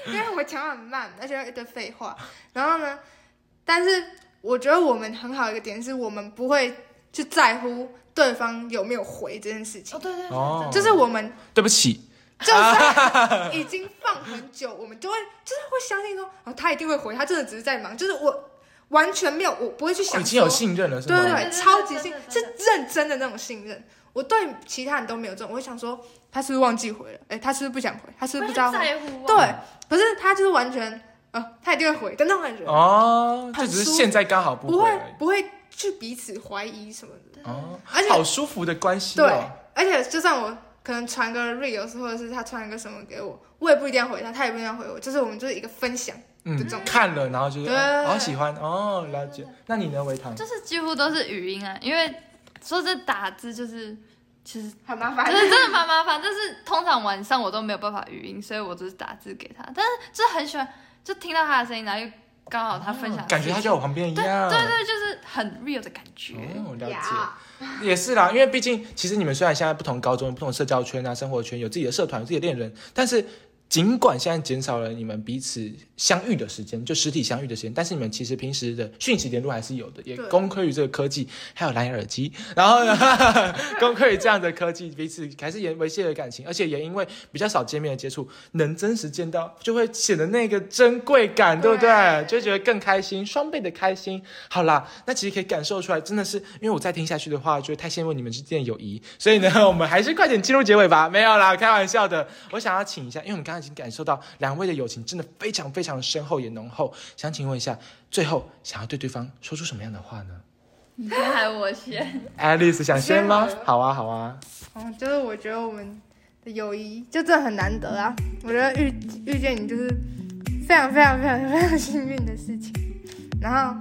[SPEAKER 2] 因为我讲话很慢，而且有一堆废话。然后呢，但是我觉得我们很好一个点是我们不会去在乎对方有没有回这件事情
[SPEAKER 3] 哦，，对对
[SPEAKER 1] 哦
[SPEAKER 3] 对，
[SPEAKER 2] 就是我 们
[SPEAKER 1] 对不起，
[SPEAKER 2] 就算已经放很久，我们就会就是会相信说，哦，他一定会回，他真的只是在忙，就是我完全没有，我不会去
[SPEAKER 1] 哦
[SPEAKER 2] 想
[SPEAKER 1] 已经
[SPEAKER 2] 说，
[SPEAKER 1] 有信任了，是
[SPEAKER 2] 对
[SPEAKER 1] 吗？
[SPEAKER 2] 对
[SPEAKER 3] 对
[SPEAKER 2] 对，
[SPEAKER 3] 对
[SPEAKER 2] 超级信
[SPEAKER 3] 对对
[SPEAKER 2] 是
[SPEAKER 3] 对
[SPEAKER 2] 认真的那种信任。我对其他人都没有这种，我会想说，他是不是忘记回了？哎，他是不是不想回？他是不是不知道
[SPEAKER 3] 会
[SPEAKER 2] 回？
[SPEAKER 3] 在乎啊，
[SPEAKER 2] 对，可是他就是完全呃，他一定会回的那种感觉，
[SPEAKER 1] 哦，
[SPEAKER 2] 很
[SPEAKER 1] 就只是
[SPEAKER 2] 舒服
[SPEAKER 1] 现在刚好
[SPEAKER 2] 不
[SPEAKER 1] 会
[SPEAKER 2] 会
[SPEAKER 1] 而已
[SPEAKER 2] 不会去彼此怀疑什么的，
[SPEAKER 1] 哦，
[SPEAKER 2] 而且
[SPEAKER 1] 好舒服的关系
[SPEAKER 2] 对
[SPEAKER 1] 哦。，
[SPEAKER 2] 而且就算我可能传个 reels 或者是他传一个什么给我，我也不一定要回他，他也不一定要回我，就是我们就是一个分享，这
[SPEAKER 1] 嗯
[SPEAKER 2] 种，
[SPEAKER 1] 看了然后就是
[SPEAKER 2] 对
[SPEAKER 1] 哦好喜欢哦，了解。那你呢，维唐？
[SPEAKER 3] 就是几乎都是语音啊，因为说这打字就是其实
[SPEAKER 2] 很麻烦
[SPEAKER 3] 就。是真的蛮麻烦，但是通常晚上我都没有办法语音，所以我就是打字给他。但是就是很喜欢，就听到他的声音，然后又刚好他分享、
[SPEAKER 1] 感觉他在我旁边一
[SPEAKER 3] 对
[SPEAKER 1] 样。
[SPEAKER 3] 对对，就是很 real 的感觉。
[SPEAKER 1] 哦，了解。
[SPEAKER 2] 呀
[SPEAKER 1] 也是啦，因为毕竟其实你们虽然现在不同高中、不同社交圈啊、生活圈，有自己的社团、有自己的恋人，但是尽管现在减少了你们彼此相遇的时间，就实体相遇的时间，但是你们其实平时的讯息联络还是有的，也
[SPEAKER 2] 对
[SPEAKER 1] 功亏于这个科技，还有蓝牙耳机，然后呢， 功亏于这样的科技，彼此还是也维系了感情，而且也因为比较少见面的接触，能真实见到，就会显得那个珍贵感，对不对
[SPEAKER 2] 对？
[SPEAKER 1] 就觉得更开心，双倍的开心。好啦，那其实可以感受出来，真的是因为我再听下去的话，就会太羡慕你们之间的友谊。所以呢，我们还是快点进入结尾吧。没有啦，开玩笑的。我想要请一下，因为我们刚刚已经感受到两位的友情真的非常非常深厚也浓厚，想请问一下，最后想要对对方说出什么样的话呢
[SPEAKER 3] 你先喊我先，
[SPEAKER 1] ？Alice 想先吗
[SPEAKER 2] 我先好？了
[SPEAKER 1] 好啊，好啊。
[SPEAKER 2] 嗯，就是我觉得我们的友谊就真的很难得啊！我觉得遇遇见你就是非常非常非常非常幸运的事情。然后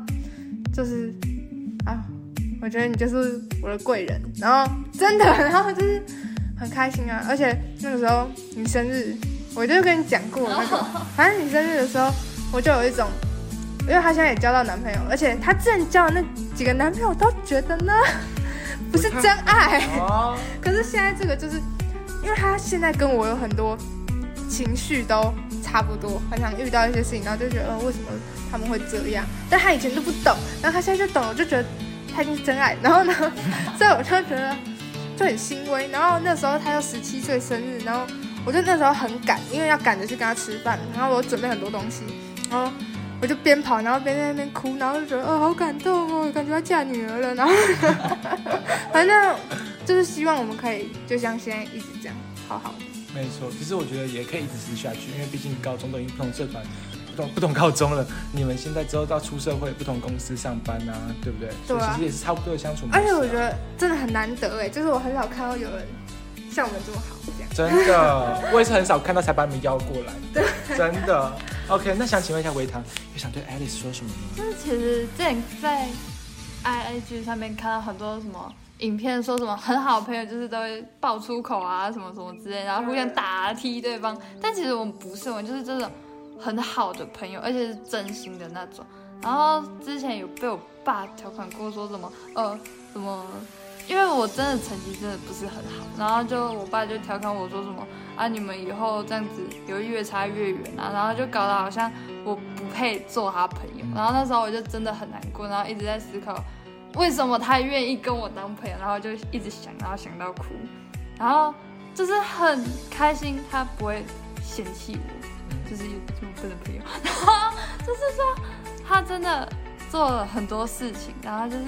[SPEAKER 2] 就是啊，我觉得你就是我的贵人。然后真的，然后就是很开心啊！而且那个时候你生日，我就跟你讲过那个，反正你生日的时候，我就有一种。因为她现在也交到男朋友，而且她之前交的那几个男朋友都觉得呢， 不是真爱。
[SPEAKER 1] 哦，
[SPEAKER 2] 可是现在这个就是，因为他现在跟我有很多情绪都差不多，很想遇到一些事情，然后就觉得、呃、为什么他们会这样？但他以前都不懂，然后他现在就懂了，我就觉得他已经是真爱。然后呢，所以我就觉得就很欣慰。然后那时候他又十七岁生日，然后我就那时候很赶，因为要赶着去跟他吃饭，然后我准备很多东西，然后。我就边跑，然后边在那边哭，然后就觉得，哦，好感动哦，感觉要嫁女儿了。然后， 反正就是希望我们可以就像现在一直这样，好好的。
[SPEAKER 1] 没错，其实我觉得也可以一直持续下去，因为毕竟高中都已经不同社团、不同不同高中了，你们现在之后到出社会、不同公司上班啊，对不对？所
[SPEAKER 2] 对啊
[SPEAKER 1] 以其实也是差不多的相处模式啊、
[SPEAKER 2] 而且我觉得真的很难得哎，就是我很少看到有人像我们这么好这样。
[SPEAKER 1] 真的，我也是很少看到才把你们邀过来，真的。 OK，那想请问一下维糖，有想对 Alice 说什么吗？
[SPEAKER 3] 就是其实之前在 I G 上面看到很多什么影片，说什么很好的朋友就是都会爆粗口啊，什么什么之类，然后互相打啊踢对方。但其实我们不是，我们就是这种很好的朋友，而且是真心的那种。然后之前有被我爸调侃过，说什么呃什么，因为我真的成绩真的不是很好，然后就我爸就调侃我说什么啊你们以后这样子也会越差越远啊，然后就搞得好像我不配做他朋友。然后那时候我就真的很难过，然后一直在思考为什么他愿意跟我当朋友，然后就一直想，然后想到哭，然后就是很开心他不会嫌弃我，就是有这么笨的朋友， 然后就是说他真的做了很多事情，然后就是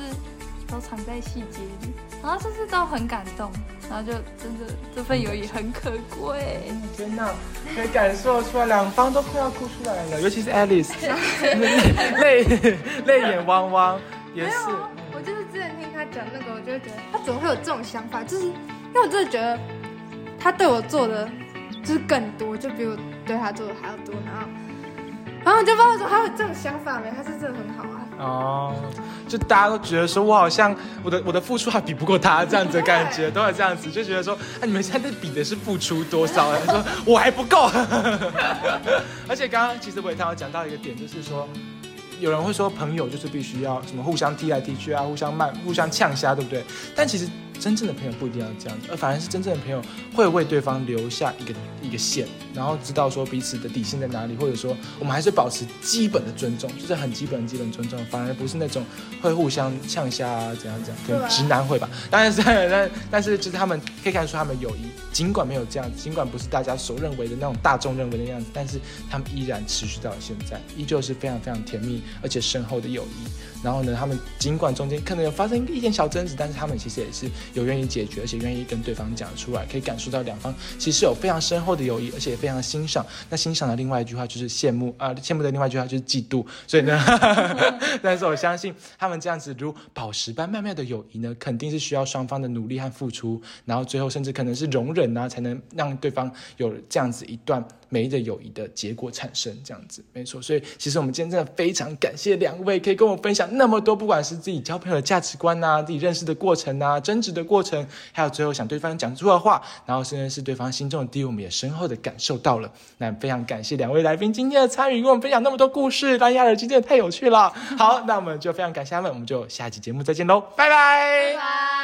[SPEAKER 3] 都藏在细节里，然后就是都很感动，然后就真的这份友谊很可贵。
[SPEAKER 1] 天哪，可以感受出来，两方都快要哭出来了，尤其是 Alice，泪泪眼汪汪，也
[SPEAKER 2] 没
[SPEAKER 1] 是。
[SPEAKER 2] 有啊，我就是之前听他讲那个，我就会觉得他怎么会有这种想法？就是因为我真的觉得他对我做的就是更多，就比我对他做的还要多。然后，然后我就不知道为什么他有这种想法没？他是真的很好啊。
[SPEAKER 1] 哦，就大家都觉得说我好像我的我的付出还比不过他这样子的感觉，都有这样子，就觉得说啊，你们现在比的是付出多少？然后说我还不够。 而且刚刚其实我也刚刚讲到一个点，就是说。有人会说朋友就是必须要什么互相踢来踢去啊，互相骂、互相呛虾，对不对？但其实真正的朋友不一定要这样子，呃而反而是真正的朋友会为对方留下一个一个线，然后知道说彼此的底线在哪里，或者说我们还是保持基本的尊重，就是很基本、很基本尊重，反而不是那种会互相呛虾啊，怎样怎样，可
[SPEAKER 2] 对
[SPEAKER 1] 能
[SPEAKER 2] 啊
[SPEAKER 1] 直男会吧。但是但但是就是他们可以看出他们友谊，尽管没有这样，尽管不是大家所认为的那种大众认为的样子，但是他们依然持续到了现在，依旧是非常非常甜蜜而且深厚的友谊。然后呢，他们尽管中间可能有发生一点小争执，但是他们其实也是有愿意解决，而且愿意跟对方讲出来，可以感受到两方其实有非常深厚的友谊，而且也非常欣赏。那欣赏的另外一句话就是羡慕啊、羡慕的另外一句话就是嫉妒。所以呢， 但是我相信他们这样子如宝石般曼妙的友谊呢，肯定是需要双方的努力和付出，然后最后甚至可能是容忍啊，才能让对方有这样子一段美丽的友谊的结果产生。这样子，没错。所以其实我们今天真的非常感谢两位，可以跟我分享那么多，不管是自己交朋友的价值观呐、自己认识的过程呐、争执的过程，还有最后想对方讲出的话，然后甚至是对方心中的低，我们也深厚的感受到了。那非常感谢两位来宾今天的参与，跟我们分享那么多故事，蓝牙耳机真的太有趣了。好，那我们就非常感谢他们，我们就下期节目再见喽，拜拜
[SPEAKER 3] 拜。